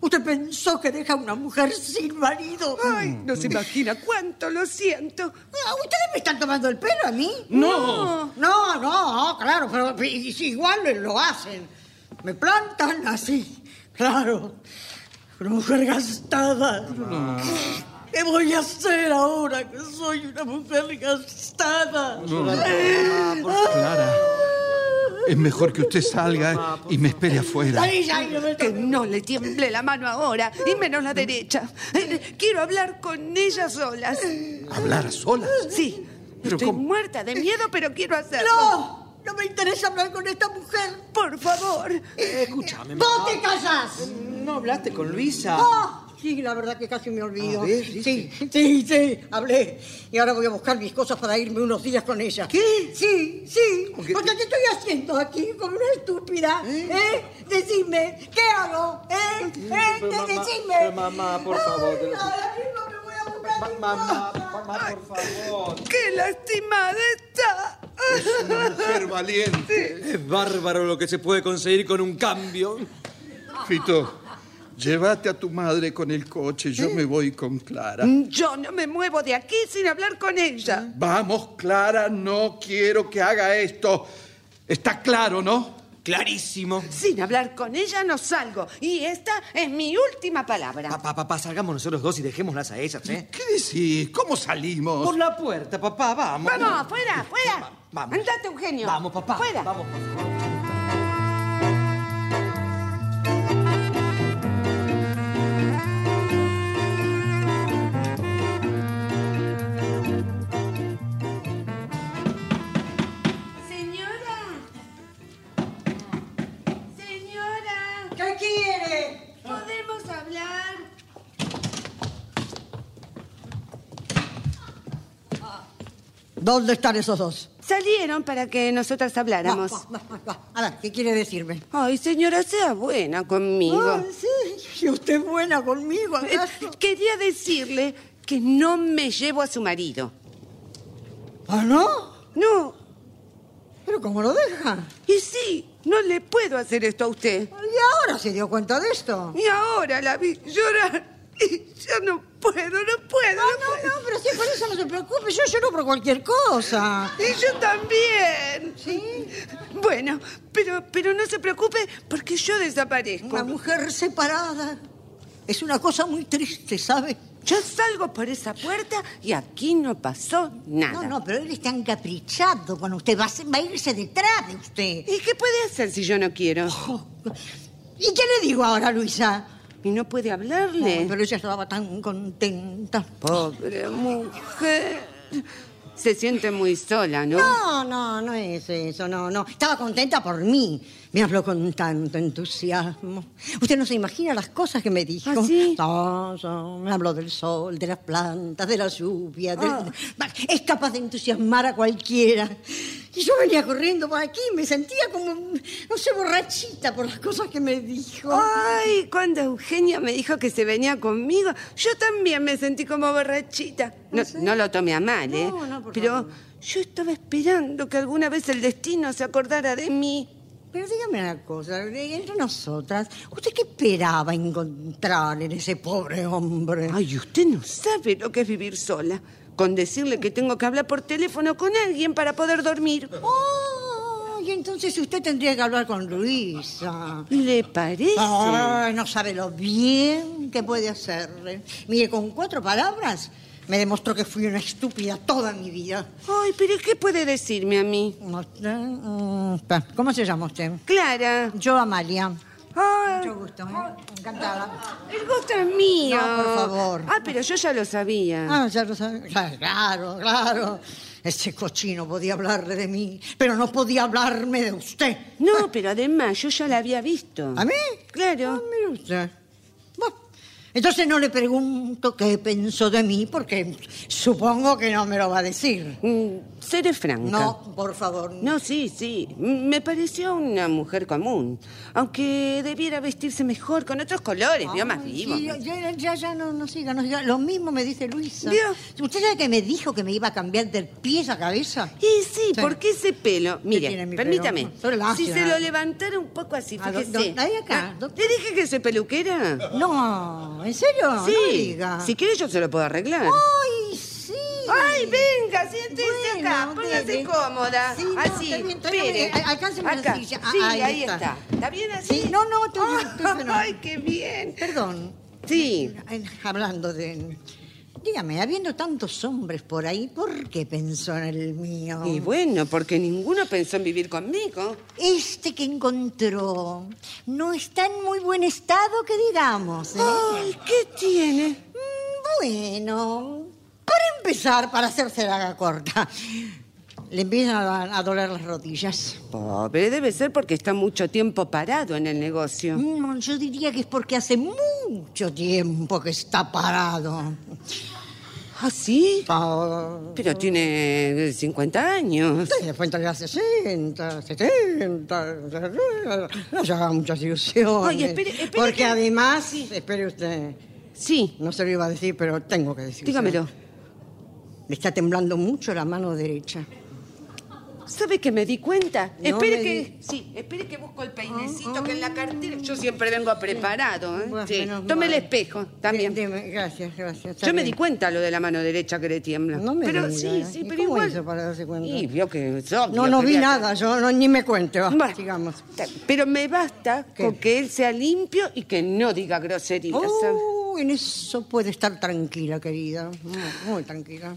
[SPEAKER 4] usted pensó que deja a una mujer sin marido?
[SPEAKER 11] Ay, no se imagina cuánto lo siento.
[SPEAKER 4] Ah, ¿Ustedes me están tomando el pelo a mí?
[SPEAKER 5] No.
[SPEAKER 4] No, no, claro, pero i- i- igual lo hacen. Me plantan así, claro. Una mujer gastada.
[SPEAKER 11] Ah.
[SPEAKER 4] ¿Qué voy a hacer ahora que soy una mujer gastada?
[SPEAKER 11] Mm.
[SPEAKER 5] Clara, es mejor que usted salga y me espere afuera.
[SPEAKER 4] Salí ya y no me
[SPEAKER 11] Que
[SPEAKER 4] toques.
[SPEAKER 11] no le tiemble la mano ahora, y menos la derecha. Eh, Quiero hablar con ellas solas.
[SPEAKER 5] ¿Hablar a solas?
[SPEAKER 11] Sí,
[SPEAKER 5] Pero
[SPEAKER 11] estoy
[SPEAKER 5] ¿cómo?
[SPEAKER 11] muerta de miedo, pero quiero hacerlo.
[SPEAKER 4] No, no me interesa hablar con esta mujer.
[SPEAKER 11] Por favor.
[SPEAKER 15] Escúchame.
[SPEAKER 4] ¡Vos te callas!
[SPEAKER 3] No hablaste con Luisa.
[SPEAKER 4] Ah, Sí, la verdad que casi me olvido.
[SPEAKER 3] A ver, sí,
[SPEAKER 4] sí, sí, sí, hablé. Y ahora voy a buscar mis cosas para irme unos días con ella.
[SPEAKER 3] ¿Qué?
[SPEAKER 4] Sí, sí.
[SPEAKER 3] ¿Con qué-
[SPEAKER 4] Porque ¿qué estoy haciendo aquí como una estúpida? ¿Eh? Decime, ¿qué hago? ¿Eh? ¿Eh?
[SPEAKER 15] pero
[SPEAKER 4] ¿Qué
[SPEAKER 15] mamá-
[SPEAKER 4] decime?
[SPEAKER 15] pero mamá, por favor,
[SPEAKER 4] Ay,
[SPEAKER 15] te lo-
[SPEAKER 4] ahora mismo me voy a buscar
[SPEAKER 16] Mamá, mamá, por favor.
[SPEAKER 13] ¡Qué lastimada está!
[SPEAKER 16] Es una mujer valiente.
[SPEAKER 11] Es bárbaro lo que se puede conseguir con un cambio.
[SPEAKER 16] Fito, llévate a tu madre con el coche. Yo me voy con Clara.
[SPEAKER 13] Yo no me muevo de aquí sin hablar con ella.
[SPEAKER 16] Vamos, Clara, no quiero que haga esto. Está claro, ¿no?
[SPEAKER 11] Clarísimo.
[SPEAKER 13] Sin hablar con ella no salgo. Y esta es mi última palabra.
[SPEAKER 3] Papá, papá, salgamos nosotros dos y dejémoslas a ellas, ¿eh?
[SPEAKER 16] ¿Qué decís? ¿Cómo salimos?
[SPEAKER 3] Por la puerta, papá, vamos.
[SPEAKER 13] Vamos, afuera, afuera. Vamos. Andate, Eugenio.
[SPEAKER 3] Vamos, papá.
[SPEAKER 13] Fuera.
[SPEAKER 3] Vamos, por favor.
[SPEAKER 13] Señora. Señora.
[SPEAKER 4] ¿Qué quiere?
[SPEAKER 13] ¿Podemos hablar?
[SPEAKER 4] ¿Dónde están esos dos?
[SPEAKER 13] Salieron para que nosotras habláramos.
[SPEAKER 4] Va, va, va, va. A ver, ¿qué quiere decirme?
[SPEAKER 13] Ay, señora, sea buena conmigo.
[SPEAKER 4] Ay, sí. ¿Y usted es buena conmigo,
[SPEAKER 13] Eh,
[SPEAKER 4] acaso?
[SPEAKER 13] Quería decirle que no me llevo a su marido.
[SPEAKER 4] ¿Ah, no?
[SPEAKER 13] No,
[SPEAKER 4] ¿Pero cómo lo deja?
[SPEAKER 13] y sí, no le puedo hacer esto a usted.
[SPEAKER 4] ¿Y ahora se dio cuenta de esto?
[SPEAKER 13] Y ahora la vi llorar y yo no puedo, no puedo, no, puedo.
[SPEAKER 4] No, pero sí, por eso no se preocupe, yo lloro por cualquier cosa.
[SPEAKER 13] Y yo también.
[SPEAKER 4] ¿Sí?
[SPEAKER 13] Bueno, pero, pero no se preocupe porque yo desaparezco.
[SPEAKER 4] Una mujer separada es una cosa muy triste, ¿sabe?
[SPEAKER 13] Yo salgo por esa puerta y aquí no pasó nada.
[SPEAKER 4] No, no, pero él está encaprichado con usted, va a, se- va a irse detrás de usted. Oh,
[SPEAKER 13] ¿Y qué puede hacer si yo no quiero?
[SPEAKER 4] ¿Y qué le digo ahora, Luisa?
[SPEAKER 13] Y no puede
[SPEAKER 4] No,
[SPEAKER 13] hablarle.
[SPEAKER 4] pero ella estaba tan contenta.
[SPEAKER 13] Pobre mujer. Se siente muy sola, ¿no?
[SPEAKER 4] No, no, no es eso, no, no. Estaba contenta por mí. Me habló con tanto entusiasmo. Usted no se imagina las cosas que me dijo.
[SPEAKER 13] ¿Ah, sí?
[SPEAKER 4] No, no, me habló del sol, de las plantas, de la lluvia. del-
[SPEAKER 13] Ah.
[SPEAKER 4] Es capaz de entusiasmar a cualquiera. Y yo venía corriendo por aquí, me sentía como, no sé, borrachita por las cosas que me dijo.
[SPEAKER 13] Ay, cuando Eugenia me dijo que se venía conmigo, yo también me sentí como borrachita. No, no lo tome a mal, ¿eh?
[SPEAKER 4] No, no, por
[SPEAKER 13] Pero
[SPEAKER 4] favor.
[SPEAKER 13] yo estaba esperando que alguna vez el destino se acordara de mí.
[SPEAKER 4] Pero dígame una cosa, entre nosotras, ¿usted qué esperaba encontrar en ese pobre hombre?
[SPEAKER 13] Ay, usted no sabe lo que es vivir sola. Con decirle que tengo que hablar por teléfono con alguien para poder dormir.
[SPEAKER 4] Oh, y entonces usted tendría que hablar con Luisa.
[SPEAKER 13] ¿Le parece?
[SPEAKER 4] Ay, no sabe lo bien que puede hacerle. Mire, con cuatro palabras me demostró que fui una estúpida toda mi vida.
[SPEAKER 13] Ay, pero ¿qué puede decirme a mí?
[SPEAKER 4] Usted, mm, pa, ¿Cómo se llama usted?
[SPEAKER 13] Clara.
[SPEAKER 4] Yo, Amalia.
[SPEAKER 13] Ay,
[SPEAKER 4] Mucho gusto, ¿eh? Encantada.
[SPEAKER 13] el gusto es mío.
[SPEAKER 4] No, por favor.
[SPEAKER 13] Ah, pero yo ya lo sabía.
[SPEAKER 4] Ah, ya lo sabe. Claro, Claro, claro. Ese cochino podía hablarle de mí, pero no podía hablarme de usted.
[SPEAKER 13] No, pero además yo ya la había visto.
[SPEAKER 4] ¿A mí? Ah,
[SPEAKER 13] Claro.
[SPEAKER 4] mire usted. Bueno, entonces no le pregunto qué pensó de mí, porque supongo que no me lo va a decir.
[SPEAKER 13] Mm, Seré franca.
[SPEAKER 4] No, por favor.
[SPEAKER 13] No, sí, sí. Mm, Me pareció una mujer común. Aunque debiera vestirse mejor, con otros colores, vio más
[SPEAKER 4] Ay,
[SPEAKER 13] vivo.
[SPEAKER 4] sí, ya, ya, ya, no, no siga, no siga. Lo mismo me dice Luisa.
[SPEAKER 13] ¿Vio?
[SPEAKER 4] ¿Usted sabe que me dijo que me iba a cambiar del pie a cabeza?
[SPEAKER 13] Y sí,
[SPEAKER 4] Sí.
[SPEAKER 13] porque ese pelo,
[SPEAKER 4] tiene
[SPEAKER 13] mire,
[SPEAKER 4] mi
[SPEAKER 13] permítame,
[SPEAKER 4] pelo? Sobre la
[SPEAKER 13] si
[SPEAKER 4] ácida.
[SPEAKER 13] se lo levantara un poco así,
[SPEAKER 4] Ah, do-
[SPEAKER 13] fíjese.
[SPEAKER 4] do- ahí acá,
[SPEAKER 13] Ah,
[SPEAKER 4] do-
[SPEAKER 13] ¿Le dije que soy peluquera?
[SPEAKER 4] No, ¿en serio?
[SPEAKER 13] sí,
[SPEAKER 4] No diga.
[SPEAKER 13] si quiere yo se lo puedo arreglar.
[SPEAKER 4] Ay, sí.
[SPEAKER 13] ¡Ay, venga! Siéntese
[SPEAKER 4] Bueno,
[SPEAKER 13] acá, póngase
[SPEAKER 4] dele.
[SPEAKER 13] cómoda.
[SPEAKER 4] Sí, no,
[SPEAKER 13] así,
[SPEAKER 4] está bien, está bien,
[SPEAKER 13] espere.
[SPEAKER 4] eh, alcánceme una
[SPEAKER 13] acá.
[SPEAKER 4] silla. Ah,
[SPEAKER 13] Sí,
[SPEAKER 4] ahí
[SPEAKER 13] ahí,
[SPEAKER 4] está.
[SPEAKER 13] está. está. bien así?
[SPEAKER 4] Sí, no, no, estoy bien, estoy bien.
[SPEAKER 13] Ah. ¡Ay, qué bien!
[SPEAKER 4] Perdón,
[SPEAKER 13] Sí,
[SPEAKER 4] eh, hablando de... Dígame, habiendo tantos hombres por ahí, ¿por qué pensó en el mío?
[SPEAKER 13] y bueno, porque ninguno pensó en vivir conmigo.
[SPEAKER 4] Este que encontró no está en muy buen estado, que digamos. ¿eh?
[SPEAKER 13] ¡Ay, qué tiene!
[SPEAKER 4] Mm, Bueno, para empezar, para hacerse la haga corta, le empiezan a, a doler las rodillas.
[SPEAKER 13] Pobre, debe ser porque está mucho tiempo parado en el negocio.
[SPEAKER 4] Mm, Yo diría que es porque hace mucho tiempo que está parado.
[SPEAKER 13] ¿Ah, sí?
[SPEAKER 4] Pa-
[SPEAKER 13] Pero tiene eh, 50 años.
[SPEAKER 4] Sí, después entre las 60, 70, no se haga muchas ilusiones.
[SPEAKER 13] Ay, espere, espere
[SPEAKER 4] porque
[SPEAKER 13] que-
[SPEAKER 4] además, espere usted,
[SPEAKER 13] Sí.
[SPEAKER 4] No se lo iba a decir, pero tengo que decirlo.
[SPEAKER 13] Dígamelo.
[SPEAKER 4] Le está temblando mucho la mano derecha.
[SPEAKER 13] ¿Sabe que me di cuenta?
[SPEAKER 4] No
[SPEAKER 13] espere
[SPEAKER 4] me
[SPEAKER 13] que.
[SPEAKER 4] di- Ah,
[SPEAKER 13] Sí, espere que busco el peinecito que en la cartera. Yo siempre vengo preparado. ¿eh?
[SPEAKER 4] Bueno,
[SPEAKER 13] Sí.
[SPEAKER 4] menos
[SPEAKER 13] Tome el
[SPEAKER 4] mal.
[SPEAKER 13] espejo también.
[SPEAKER 4] gracias, gracias. está
[SPEAKER 13] Yo me
[SPEAKER 4] bien.
[SPEAKER 13] di cuenta lo de la mano derecha que le tiembla.
[SPEAKER 4] No me
[SPEAKER 13] pero
[SPEAKER 4] diga,
[SPEAKER 13] sí,
[SPEAKER 4] ¿eh?
[SPEAKER 13] sí,
[SPEAKER 4] ¿Y
[SPEAKER 13] pero
[SPEAKER 4] cómo
[SPEAKER 13] igual.
[SPEAKER 4] hizo para darse cuenta?
[SPEAKER 13] Y vio que es obvio
[SPEAKER 4] No, no
[SPEAKER 13] que
[SPEAKER 4] vi
[SPEAKER 13] había-
[SPEAKER 4] nada, yo no, ni me cuente, va,
[SPEAKER 13] Bueno.
[SPEAKER 4] sigamos.
[SPEAKER 13] Pero me basta con que él sea limpio y que no diga groserías. ¿sabe?
[SPEAKER 4] Oh, en eso puede estar tranquila, querida. Muy, muy tranquila.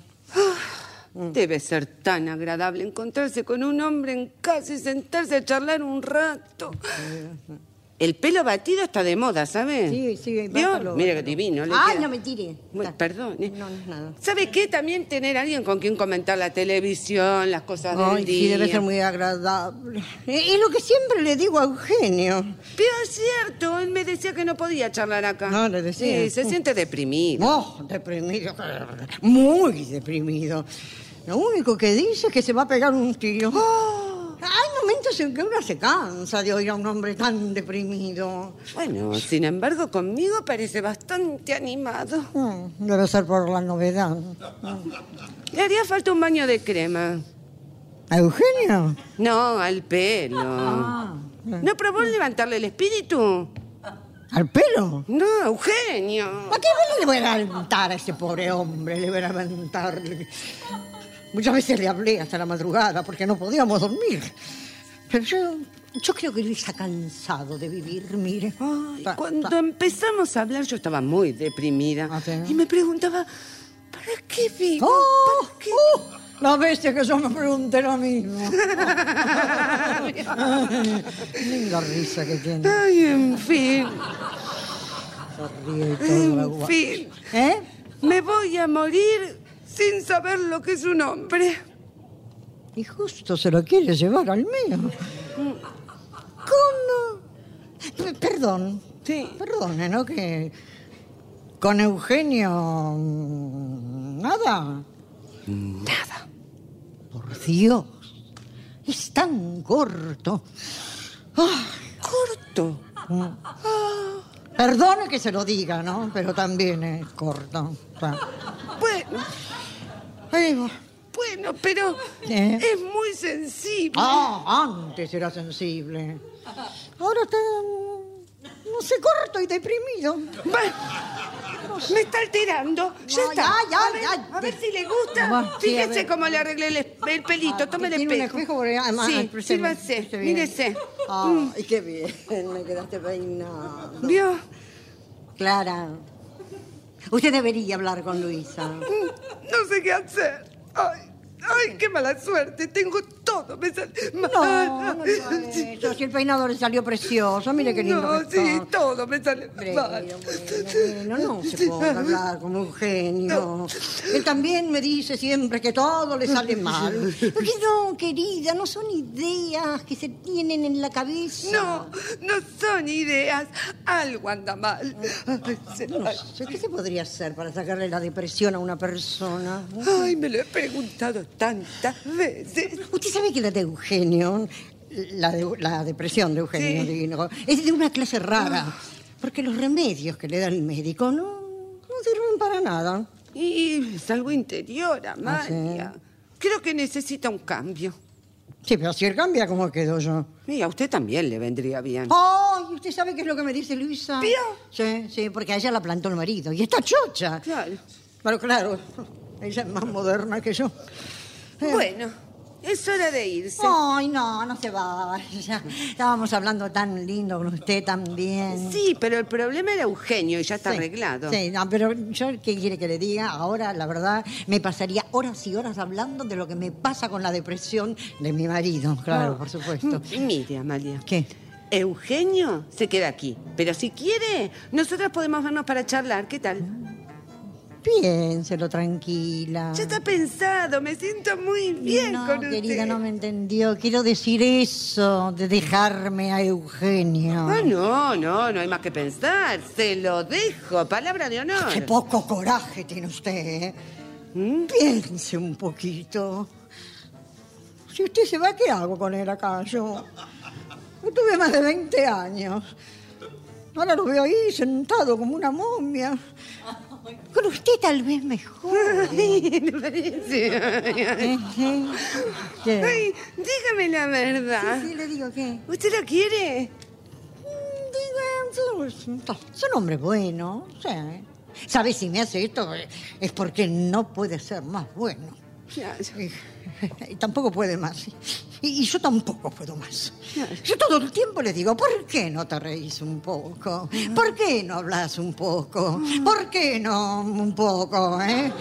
[SPEAKER 4] Mm.
[SPEAKER 13] Debe ser tan agradable encontrarse con un hombre en casa y sentarse a charlar un rato. El pelo batido está de moda, ¿sabe?
[SPEAKER 4] Eh. Sí, sí,
[SPEAKER 13] ¿Vio?
[SPEAKER 4] bátalo,
[SPEAKER 13] Mira qué
[SPEAKER 4] bátalo.
[SPEAKER 13] divino. le
[SPEAKER 4] Ay,
[SPEAKER 13] queda.
[SPEAKER 4] no me tire.
[SPEAKER 13] Bueno, perdón. ¿eh?
[SPEAKER 4] No, no es nada.
[SPEAKER 13] ¿Sabe qué? También tener alguien con quien comentar la televisión, las cosas del
[SPEAKER 4] Ay,
[SPEAKER 13] día.
[SPEAKER 4] sí, debe ser muy agradable. Eh, Es lo que siempre le digo a Eugenio.
[SPEAKER 13] Pero es cierto, él me decía que no podía charlar acá.
[SPEAKER 4] No, le decía. Mm.
[SPEAKER 13] Sí, se siente deprimido.
[SPEAKER 4] Oh, deprimido. Muy deprimido. Lo único que dice es que se va a pegar un tiro. ¡Oh! Hay momentos en que uno se cansa de oír a un hombre tan deprimido.
[SPEAKER 13] Bueno, sin embargo, conmigo parece bastante animado.
[SPEAKER 4] Mm, Debe ser por la novedad.
[SPEAKER 13] Le haría falta un baño de crema.
[SPEAKER 4] ¿A Eugenio?
[SPEAKER 13] No, al pelo.
[SPEAKER 4] Ah.
[SPEAKER 13] ¿No probó en levantarle el espíritu?
[SPEAKER 4] ¿Al pelo?
[SPEAKER 13] No, Eugenio.
[SPEAKER 4] ¿Para qué le voy a levantar a ese pobre hombre? Le voy a levantar. Muchas veces le hablé hasta la madrugada porque no podíamos dormir. Pero yo, yo creo que Luis está cansado de vivir, mire. Ta-
[SPEAKER 13] Cuando
[SPEAKER 4] ta- Ah,
[SPEAKER 13] empezamos a hablar yo estaba muy deprimida. Y me preguntaba, ¿para qué vivo?
[SPEAKER 4] ¡Oh! ¡Uh! Las veces que yo me pregunté lo mismo. Linda risa que tiene.
[SPEAKER 13] Ay, en fin.
[SPEAKER 4] Se ríe y todo la
[SPEAKER 13] En
[SPEAKER 4] gua-
[SPEAKER 13] fin.
[SPEAKER 4] ¿Eh?
[SPEAKER 13] Me voy a morir sin saber lo que es un hombre.
[SPEAKER 4] Y justo se lo quiere llevar al mío. ¿Cómo? P- Perdón.
[SPEAKER 13] Sí.
[SPEAKER 4] Perdone, ¿no? Que con Eugenio. mm, Nada.
[SPEAKER 13] Nada.
[SPEAKER 4] Por Dios. Es tan corto.
[SPEAKER 13] ¿Corto?
[SPEAKER 4] Perdone que se lo diga, ¿no? Pero también es corto. O sea,
[SPEAKER 13] Bueno,
[SPEAKER 4] ahí va.
[SPEAKER 13] bueno, pero
[SPEAKER 4] ¿Eh?
[SPEAKER 13] es muy sensible.
[SPEAKER 4] Ah, antes era sensible. Ahora está. mm, No sé, corto y deprimido.
[SPEAKER 13] Me está alterando. Ya
[SPEAKER 4] Ay,
[SPEAKER 13] está.
[SPEAKER 4] ay,
[SPEAKER 13] a
[SPEAKER 4] ay,
[SPEAKER 13] ver,
[SPEAKER 4] ay.
[SPEAKER 13] a ver si le
[SPEAKER 4] Bueno,
[SPEAKER 13] gusta.
[SPEAKER 4] sí, a
[SPEAKER 13] Fíjese
[SPEAKER 4] ver.
[SPEAKER 13] cómo le arreglé el, es- el pelito. Tome el
[SPEAKER 4] Ah, Tiene un
[SPEAKER 13] espejo.
[SPEAKER 4] espejo, ah, porque, además,
[SPEAKER 13] sí,
[SPEAKER 4] ay, présteme,
[SPEAKER 13] sírvase.
[SPEAKER 4] présteme.
[SPEAKER 13] Mírese.
[SPEAKER 4] Ay, qué bien, me quedaste peinado.
[SPEAKER 13] ¿Vio?
[SPEAKER 4] Clara, usted debería hablar con Luisa.
[SPEAKER 13] No sé qué hacer. Ay, ay, qué mala suerte. Tengo todo. Me sal- Ma-
[SPEAKER 4] No, no llores. Yo, si el peinado le salió precioso, mire qué lindo
[SPEAKER 13] No,
[SPEAKER 4] que
[SPEAKER 13] sí,
[SPEAKER 4] está.
[SPEAKER 13] todo me sale mal.
[SPEAKER 4] Bueno, no se puede hablar como un genio. Él también me dice siempre que todo le sale mal. Porque no, querida, no son ideas que se tienen en la cabeza.
[SPEAKER 13] No, no son ideas. Algo anda mal. Ay, se-
[SPEAKER 4] Ah, No sé, ¿Qué se podría hacer para sacarle la depresión a una persona?
[SPEAKER 13] ay, me lo he preguntado tantas veces.
[SPEAKER 4] Usted sabe que la de Eugenio, la, de- la depresión de Eugenio,
[SPEAKER 13] Sí.
[SPEAKER 4] digo, es de una clase rara, porque los remedios que le da el médico no, no sirven para nada.
[SPEAKER 13] Y es algo interior,
[SPEAKER 4] Ah, sí.
[SPEAKER 13] Amalia. Creo que necesita un cambio.
[SPEAKER 4] Sí, pero si él cambia, ¿cómo quedo yo?
[SPEAKER 13] Y a usted también le vendría bien.
[SPEAKER 4] ¡Ay! ¿Usted sabe qué es lo que me dice Luisa?
[SPEAKER 13] ¿Pío?
[SPEAKER 4] Sí, sí, porque a ella la plantó el marido. Y está chocha.
[SPEAKER 13] Claro.
[SPEAKER 4] Pero claro, ella es más moderna que yo. Eh,
[SPEAKER 13] Bueno, es hora de irse.
[SPEAKER 4] Ay, no, no se va. Ya estábamos hablando tan lindo con usted también.
[SPEAKER 13] Sí, pero el problema era Eugenio y ya está
[SPEAKER 4] Sí,
[SPEAKER 13] arreglado.
[SPEAKER 4] Sí, no, pero yo, ¿qué quiere que le diga? Ahora, la verdad, me pasaría horas y horas hablando de lo que me pasa con la depresión de mi marido, claro, por supuesto.
[SPEAKER 13] Y mire, Amalia.
[SPEAKER 4] ¿Qué?
[SPEAKER 13] Eugenio se queda aquí. Pero si quiere, nosotras podemos vernos para charlar. ¿Qué tal?
[SPEAKER 4] Piénselo tranquila.
[SPEAKER 13] Ya está pensado, me siento muy bien
[SPEAKER 4] Ah. no,
[SPEAKER 13] con
[SPEAKER 4] querida,
[SPEAKER 13] usted.
[SPEAKER 4] no me entendió. Quiero decir eso, de dejarme a Eugenio.
[SPEAKER 13] Ah, no, no, no hay más que pensar. Se lo dejo, palabra de honor.
[SPEAKER 4] Qué poco coraje tiene usted, ¿eh? Piense un poquito. Si usted se va, ¿qué hago con él acá? Yo, yo tuve más de 20 años. Ahora lo veo ahí sentado como una momia. Con usted tal vez mejor.
[SPEAKER 13] ¿Te parece? Ay, ay. Ay, dígame la verdad.
[SPEAKER 4] Sí, sí, le digo que...
[SPEAKER 13] ¿Usted lo quiere?
[SPEAKER 4] Digan, son, son hombres buenos, sí. ¿Sabes si me hace esto? Es porque no puede ser más bueno. Y, y tampoco puede más. Y, y yo tampoco puedo más. Yo todo el tiempo le digo, ¿por qué no te reís un poco? ¿Por qué no hablas un poco? ¿Por qué no un poco, eh?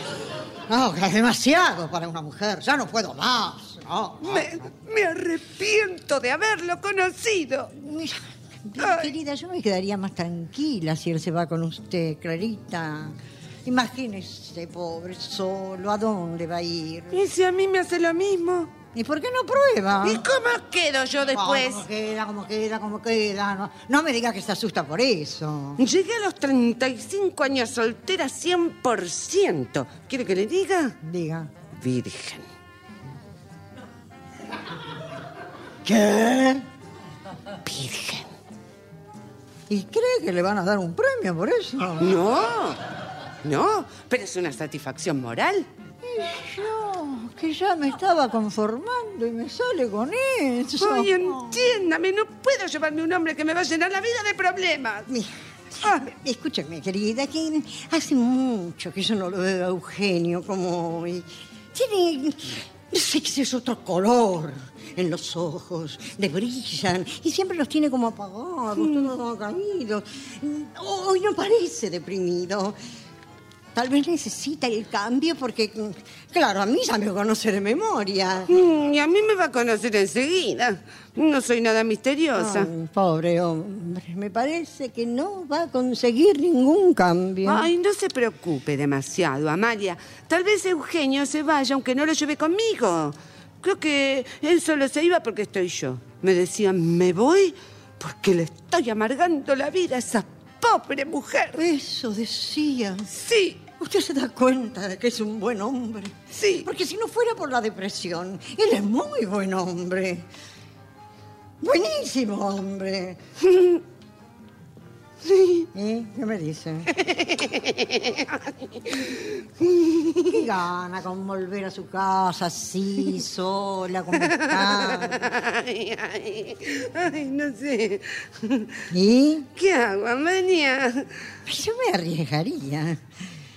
[SPEAKER 4] No, es demasiado para una mujer. Ya no puedo más. No, no,
[SPEAKER 13] Me, me arrepiento de haberlo conocido.
[SPEAKER 4] Mira, bien, querida, yo me quedaría más tranquila si él se va con usted, Clarita. Imagínese, pobre, solo, ¿a dónde va a ir?
[SPEAKER 13] ¿Y si a mí me hace lo mismo?
[SPEAKER 4] ¿Y por qué no prueba?
[SPEAKER 13] ¿Y cómo quedo yo después?
[SPEAKER 4] ¿Cómo queda, cómo queda, cómo queda? No, no me digas que se asusta por eso.
[SPEAKER 13] Llegué a los 35 años soltera 100%. ¿Quiere que le diga?
[SPEAKER 4] Diga.
[SPEAKER 13] Virgen.
[SPEAKER 4] ¿Qué?
[SPEAKER 13] Virgen.
[SPEAKER 4] ¿Y cree que le van a dar un premio por eso?
[SPEAKER 13] No, no, pero es una satisfacción moral.
[SPEAKER 4] Y yo, que ya me estaba conformando y me sale con eso.
[SPEAKER 13] Ay, entiéndame, no puedo llevarme un hombre que me va a llenar la vida de problemas.
[SPEAKER 4] Mira, escúchame, querida, que hace mucho que yo no lo veo a Eugenio como hoy. Tiene, no sé qué es otro color en los ojos, le brillan y siempre los tiene como apagados, todos caídos. Hoy no parece deprimido. Tal vez necesita el cambio porque, claro, a mí ya me conoce de memoria.
[SPEAKER 13] Mm, Y a mí me va a conocer enseguida. No soy nada misteriosa.
[SPEAKER 4] Ay, pobre hombre, me parece que no va a conseguir ningún cambio.
[SPEAKER 13] Ay, no se preocupe demasiado, Amalia. Tal vez Eugenio se vaya aunque no lo lleve conmigo. Creo que él solo se iba porque estoy yo. Me decía, me voy porque le estoy amargando la vida a esa pobre mujer.
[SPEAKER 4] Eso decía.
[SPEAKER 13] Sí.
[SPEAKER 4] Usted se da cuenta de que es un buen hombre.
[SPEAKER 13] Sí.
[SPEAKER 4] Porque si no fuera por la depresión, él es muy buen hombre. Buenísimo hombre. Sí. ¿Qué me dice? Qué gana con volver a su casa así, sola, como está.
[SPEAKER 13] Ay, ay, ay, no sé.
[SPEAKER 4] ¿Y?
[SPEAKER 13] ¿Qué hago, Amalia?
[SPEAKER 4] Yo me arriesgaría.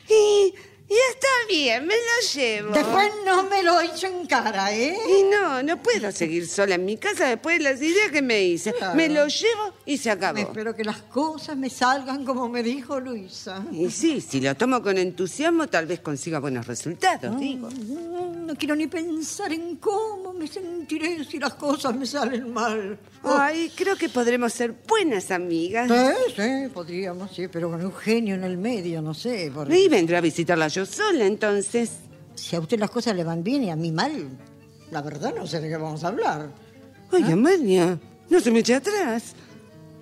[SPEAKER 13] Y, y está bien, me lo llevo.
[SPEAKER 4] Después no me lo echo en cara, ¿eh?
[SPEAKER 13] Y no, no puedo seguir sola en mi casa después de las ideas que me hice.
[SPEAKER 4] Claro.
[SPEAKER 13] Me lo llevo y se acabó.
[SPEAKER 4] Espero que las cosas me salgan como me dijo Luisa.
[SPEAKER 13] Y sí, si lo tomo con entusiasmo, tal vez consiga buenos resultados, digo.
[SPEAKER 4] Mm, No quiero ni pensar en cómo me sentiré si las cosas me salen mal. Oh,
[SPEAKER 13] Ay, creo que podremos ser buenas amigas.
[SPEAKER 4] Sí, sí, podríamos, sí, pero con Eugenio en el medio, no sé. por-
[SPEAKER 13] Y vendrá a visitarla yo sola, entonces.
[SPEAKER 4] Si a usted las cosas le van bien y a mí mal, la verdad no sé de qué vamos a hablar.
[SPEAKER 13] Ay, Amalia, no se me eche atrás.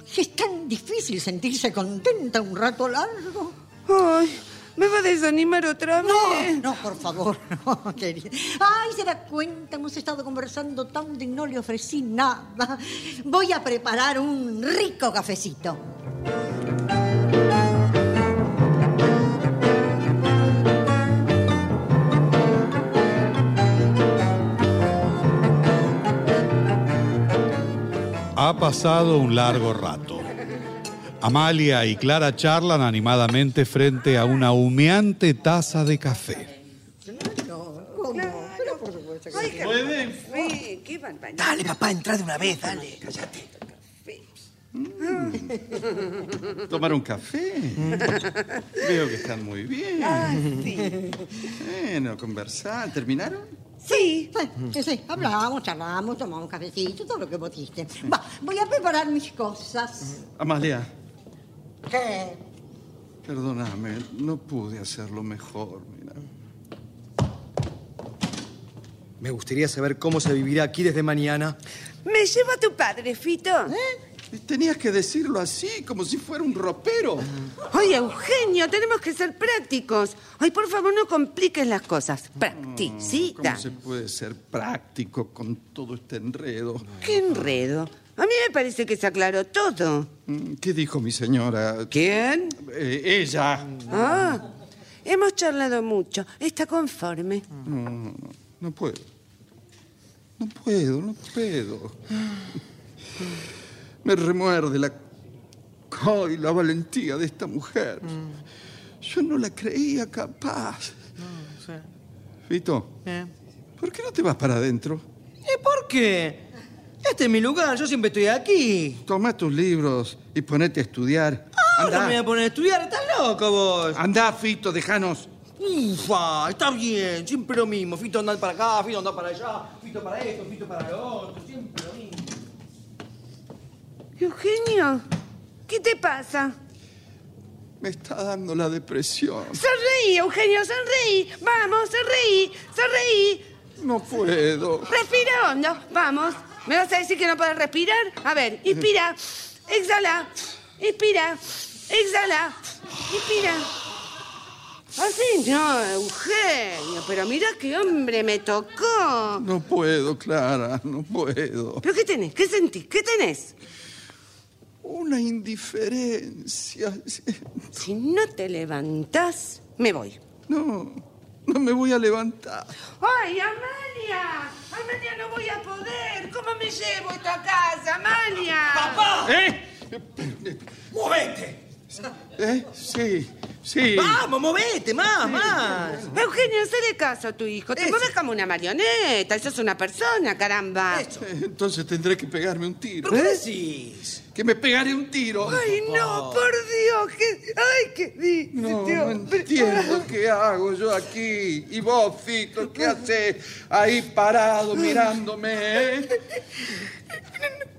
[SPEAKER 4] Si es tan difícil sentirse contenta un rato largo.
[SPEAKER 13] Ay, me va a desanimar otra vez.
[SPEAKER 4] No, por favor, no, querida. Ay, se da cuenta, hemos estado conversando tanto y no le ofrecí nada. Voy a preparar un rico cafecito.
[SPEAKER 2] Ha pasado un largo rato. Amalia y Clara charlan animadamente frente a una humeante taza de café.
[SPEAKER 13] Ay, qué café, qué barbaridad.
[SPEAKER 9] Dale, papá, entra de una vez, dale.
[SPEAKER 16] Cállate. Mm. Tomar un café. Veo que están muy bien. Bueno, conversar. ¿Terminaron?
[SPEAKER 4] Sí. Sí, sí, Eh, hablamos, charlamos, tomamos cafecito, todo lo que vos dijiste. Va, voy a preparar mis cosas.
[SPEAKER 16] Amalia,
[SPEAKER 4] ¿Qué?
[SPEAKER 16] perdóname, no pude hacerlo mejor. Mira.
[SPEAKER 11] Me gustaría saber cómo se vivirá aquí desde mañana.
[SPEAKER 13] Me llevo a tu padre, Fito.
[SPEAKER 16] Tenías que decirlo así, como si fuera un ropero.
[SPEAKER 13] Ay, Eugenio, tenemos que ser prácticos. Ay, por favor, no compliques las cosas. Practicita.
[SPEAKER 16] ¿Cómo se puede ser práctico con todo este enredo?
[SPEAKER 13] Qué enredo. A mí me parece que se aclaró todo.
[SPEAKER 16] Mm,
[SPEAKER 5] ¿Qué dijo mi señora?
[SPEAKER 13] ¿Quién?
[SPEAKER 5] Eh, ella.
[SPEAKER 13] Ah, hemos charlado mucho. Está conforme.
[SPEAKER 5] No, no puedo. No puedo, no puedo. Me remuerde la... ¡Ay, la valentía de esta mujer!
[SPEAKER 3] Mm.
[SPEAKER 5] Yo no la creía capaz. Vito, ¿por qué no te vas para adentro?
[SPEAKER 3] ¿Y por qué? Este es mi lugar, yo siempre estoy aquí.
[SPEAKER 5] Toma tus libros y ponete a estudiar.
[SPEAKER 3] Ahora Ah, me voy a poner a estudiar, estás loco vos.
[SPEAKER 5] Andá, Fito, dejanos.
[SPEAKER 3] Ufa, está bien, siempre lo mismo. Fito andar para acá, Fito andar para allá, Fito para esto, Fito para lo otro, siempre lo mismo.
[SPEAKER 13] Eugenio, ¿qué te pasa?
[SPEAKER 5] Me está dando la depresión.
[SPEAKER 13] Sonreí, Eugenio, sonreí. Vamos, sonreí, sonreí.
[SPEAKER 5] No puedo.
[SPEAKER 13] Respira hondo, vamos. ¿Me vas a decir que no puedes respirar? A ver, inspira, exhala, inspira, exhala, inspira. Así no, Eugenio, pero mira qué hombre me tocó.
[SPEAKER 5] No puedo, Clara, no puedo.
[SPEAKER 13] ¿Pero qué tenés? ¿Qué sentís? ¿Qué tenés?
[SPEAKER 5] Una indiferencia.
[SPEAKER 13] Si no te levantás, me voy.
[SPEAKER 5] No, no me voy a levantar.
[SPEAKER 13] ¡Ay, Amalia! Amalia, no voy a poder. ¿Cómo me llevo esto a casa, Amalia?
[SPEAKER 3] ¡Papá!
[SPEAKER 5] ¿Eh?
[SPEAKER 3] ¡Movete!
[SPEAKER 5] ¿Eh? Sí, sí.
[SPEAKER 3] ¡Vamos, movete! ¡Más, más!
[SPEAKER 13] Eugenio, hazle caso a tu hijo. Te mueves como una marioneta. Eso es una persona, caramba.
[SPEAKER 5] Entonces tendré que pegarme un tiro.
[SPEAKER 3] ¿Pero qué decís?
[SPEAKER 5] Que me pegaré un tiro.
[SPEAKER 13] ¡Ay, no! ¡Por Dios! ¿Qué... ¡Ay, qué dices,
[SPEAKER 5] No,
[SPEAKER 13] tío?
[SPEAKER 5] no entiendo qué hago yo aquí. Y vos, Fito, ¿qué haces ahí parado mirándome? eh?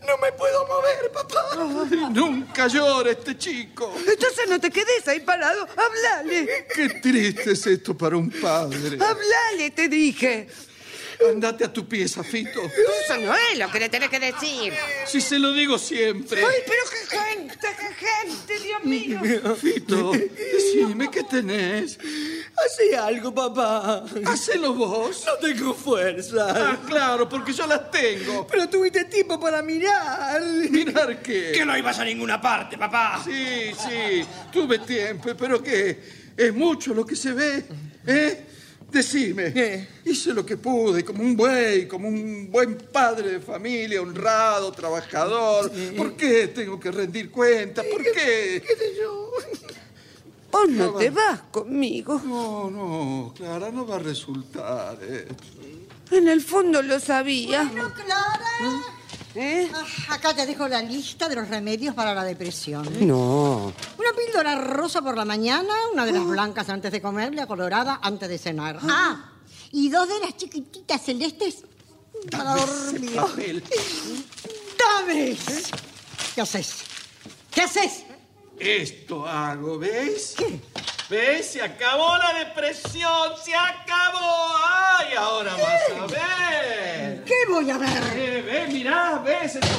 [SPEAKER 17] No me puedo mover, papá.
[SPEAKER 5] Nunca llora este chico.
[SPEAKER 13] Entonces no te quedes ahí parado. ¡Hablale!
[SPEAKER 5] Qué triste es esto para un padre.
[SPEAKER 17] Ah.
[SPEAKER 13] ¡Hablale, te dije!
[SPEAKER 5] Andate a tu pieza, Fito.
[SPEAKER 13] Eso no es lo que le tenés que decir.
[SPEAKER 5] Si se lo digo siempre.
[SPEAKER 13] ¡Ay, pero qué gente, qué gente, Dios mío!
[SPEAKER 5] Fito, decime qué tenés.
[SPEAKER 3] Hacé algo, papá.
[SPEAKER 5] Hacelo vos.
[SPEAKER 3] No tengo fuerza.
[SPEAKER 5] Ah, claro, porque yo las tengo.
[SPEAKER 3] Pero tuviste tiempo para mirar.
[SPEAKER 5] ¿Mirar qué?
[SPEAKER 18] Que no ibas a ninguna parte, papá.
[SPEAKER 5] Sí, sí, tuve tiempo, pero que es mucho lo que se ve, ¿eh? Decime, hice lo que pude, como un buey, como un buen padre de familia, honrado, trabajador. ¿Por qué tengo que rendir cuentas? ¿Por qué?
[SPEAKER 13] Vos no te vas conmigo.
[SPEAKER 5] No, no, Clara, no va a resultar. eh.
[SPEAKER 13] En el fondo lo sabía.
[SPEAKER 4] Bueno, Clara.
[SPEAKER 13] ¿Eh?
[SPEAKER 4] Ah, Acá te dejo la lista de los remedios para la depresión.
[SPEAKER 13] No. Ah.
[SPEAKER 4] Una píldora rosa por la mañana, una de las blancas antes de comer, la colorada antes de cenar. Ah, y dos de las chiquititas celestes para dormir.
[SPEAKER 5] Papel.
[SPEAKER 4] ¡Dame! ¿Qué haces? ¿Qué haces?
[SPEAKER 5] Esto hago, ¿ves?
[SPEAKER 4] ¿Qué?
[SPEAKER 18] ¿Ves? Se acabó la depresión, se acabó. ¡Ay, ahora vas a ver!
[SPEAKER 4] ¿Qué voy a ver?
[SPEAKER 18] Eh, ve, mirá, ves. estos-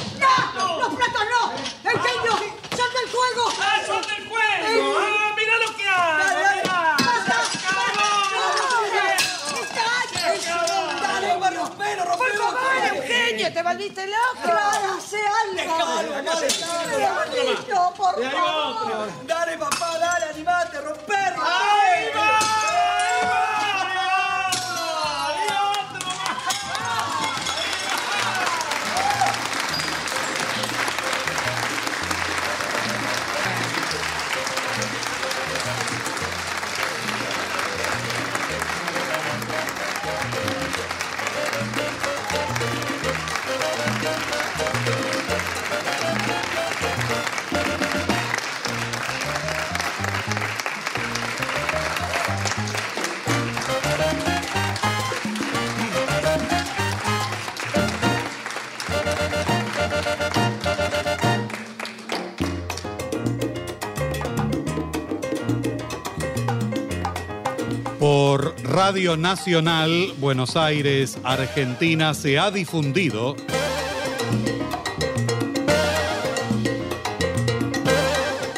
[SPEAKER 4] ¡No! ¡Los platos no! ¡Eugenio! ¡Salta el fuego!
[SPEAKER 18] ¡Ah, son del juego! ¡Ah, mirá lo que hago! mirá. ¡Se acabó!
[SPEAKER 4] ¡Dale, los pelos,
[SPEAKER 13] Por favor, Eugenio, te volviste loco.
[SPEAKER 4] ¡Clara, sé algo! ¡Eugenio, por
[SPEAKER 18] Y ahí va otro
[SPEAKER 4] favor!
[SPEAKER 18] ahora.
[SPEAKER 3] Dale, papá, dale, animate, romperlo.
[SPEAKER 18] ¡Ahí va! ¡Ahí va! ¡Ahí va! ¡Ahí otro más!
[SPEAKER 2] Por Radio Nacional, Buenos Aires, Argentina, se ha difundido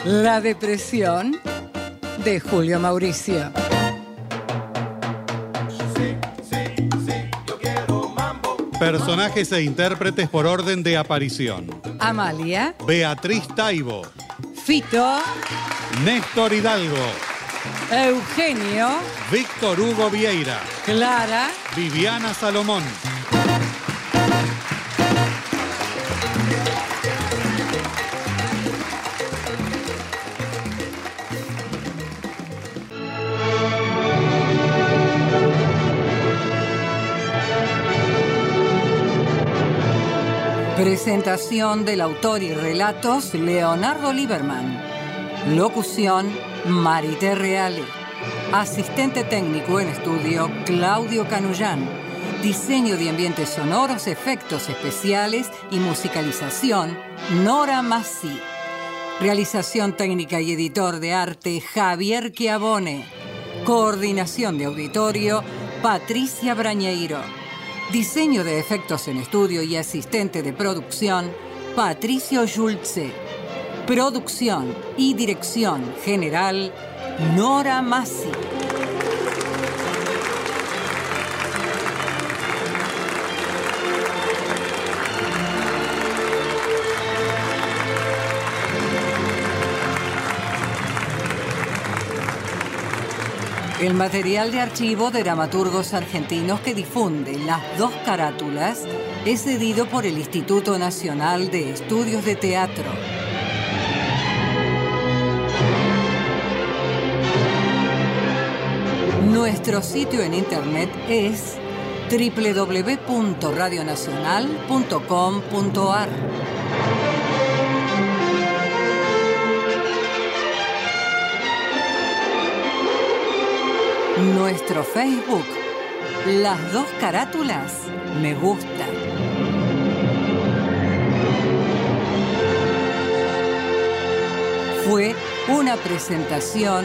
[SPEAKER 19] La depresión de Julio Mauricio.
[SPEAKER 20] Sí, sí, sí, yo quiero mambo.
[SPEAKER 2] Personajes e intérpretes por orden de aparición.
[SPEAKER 13] Amalia,
[SPEAKER 2] Beatriz Taibo,
[SPEAKER 13] Fito,
[SPEAKER 2] Néstor Hidalgo,
[SPEAKER 13] Eugenio,
[SPEAKER 2] Víctor Hugo Vieira,
[SPEAKER 13] Clara,
[SPEAKER 2] Viviana Salomón.
[SPEAKER 13] Presentación del autor y relatos Leonardo Lieberman. Locución Marité Reale. Asistente técnico en estudio Claudio Canullán. Diseño de ambientes sonoros, efectos especiales y musicalización Nora Massi. Realización técnica y editor de arte Javier Chiavone. Coordinación de auditorio Patricia Brañeiro. Diseño de efectos en estudio y asistente de producción, Patricio Schulze. Producción y dirección general, Nora Massi. El material de archivo de dramaturgos argentinos que difunde las dos carátulas es cedido por el Instituto Nacional de Estudios de Teatro. Nuestro sitio en internet es www.radionacional.com.ar. Nuestro Facebook, las dos carátulas, me gusta. Fue una presentación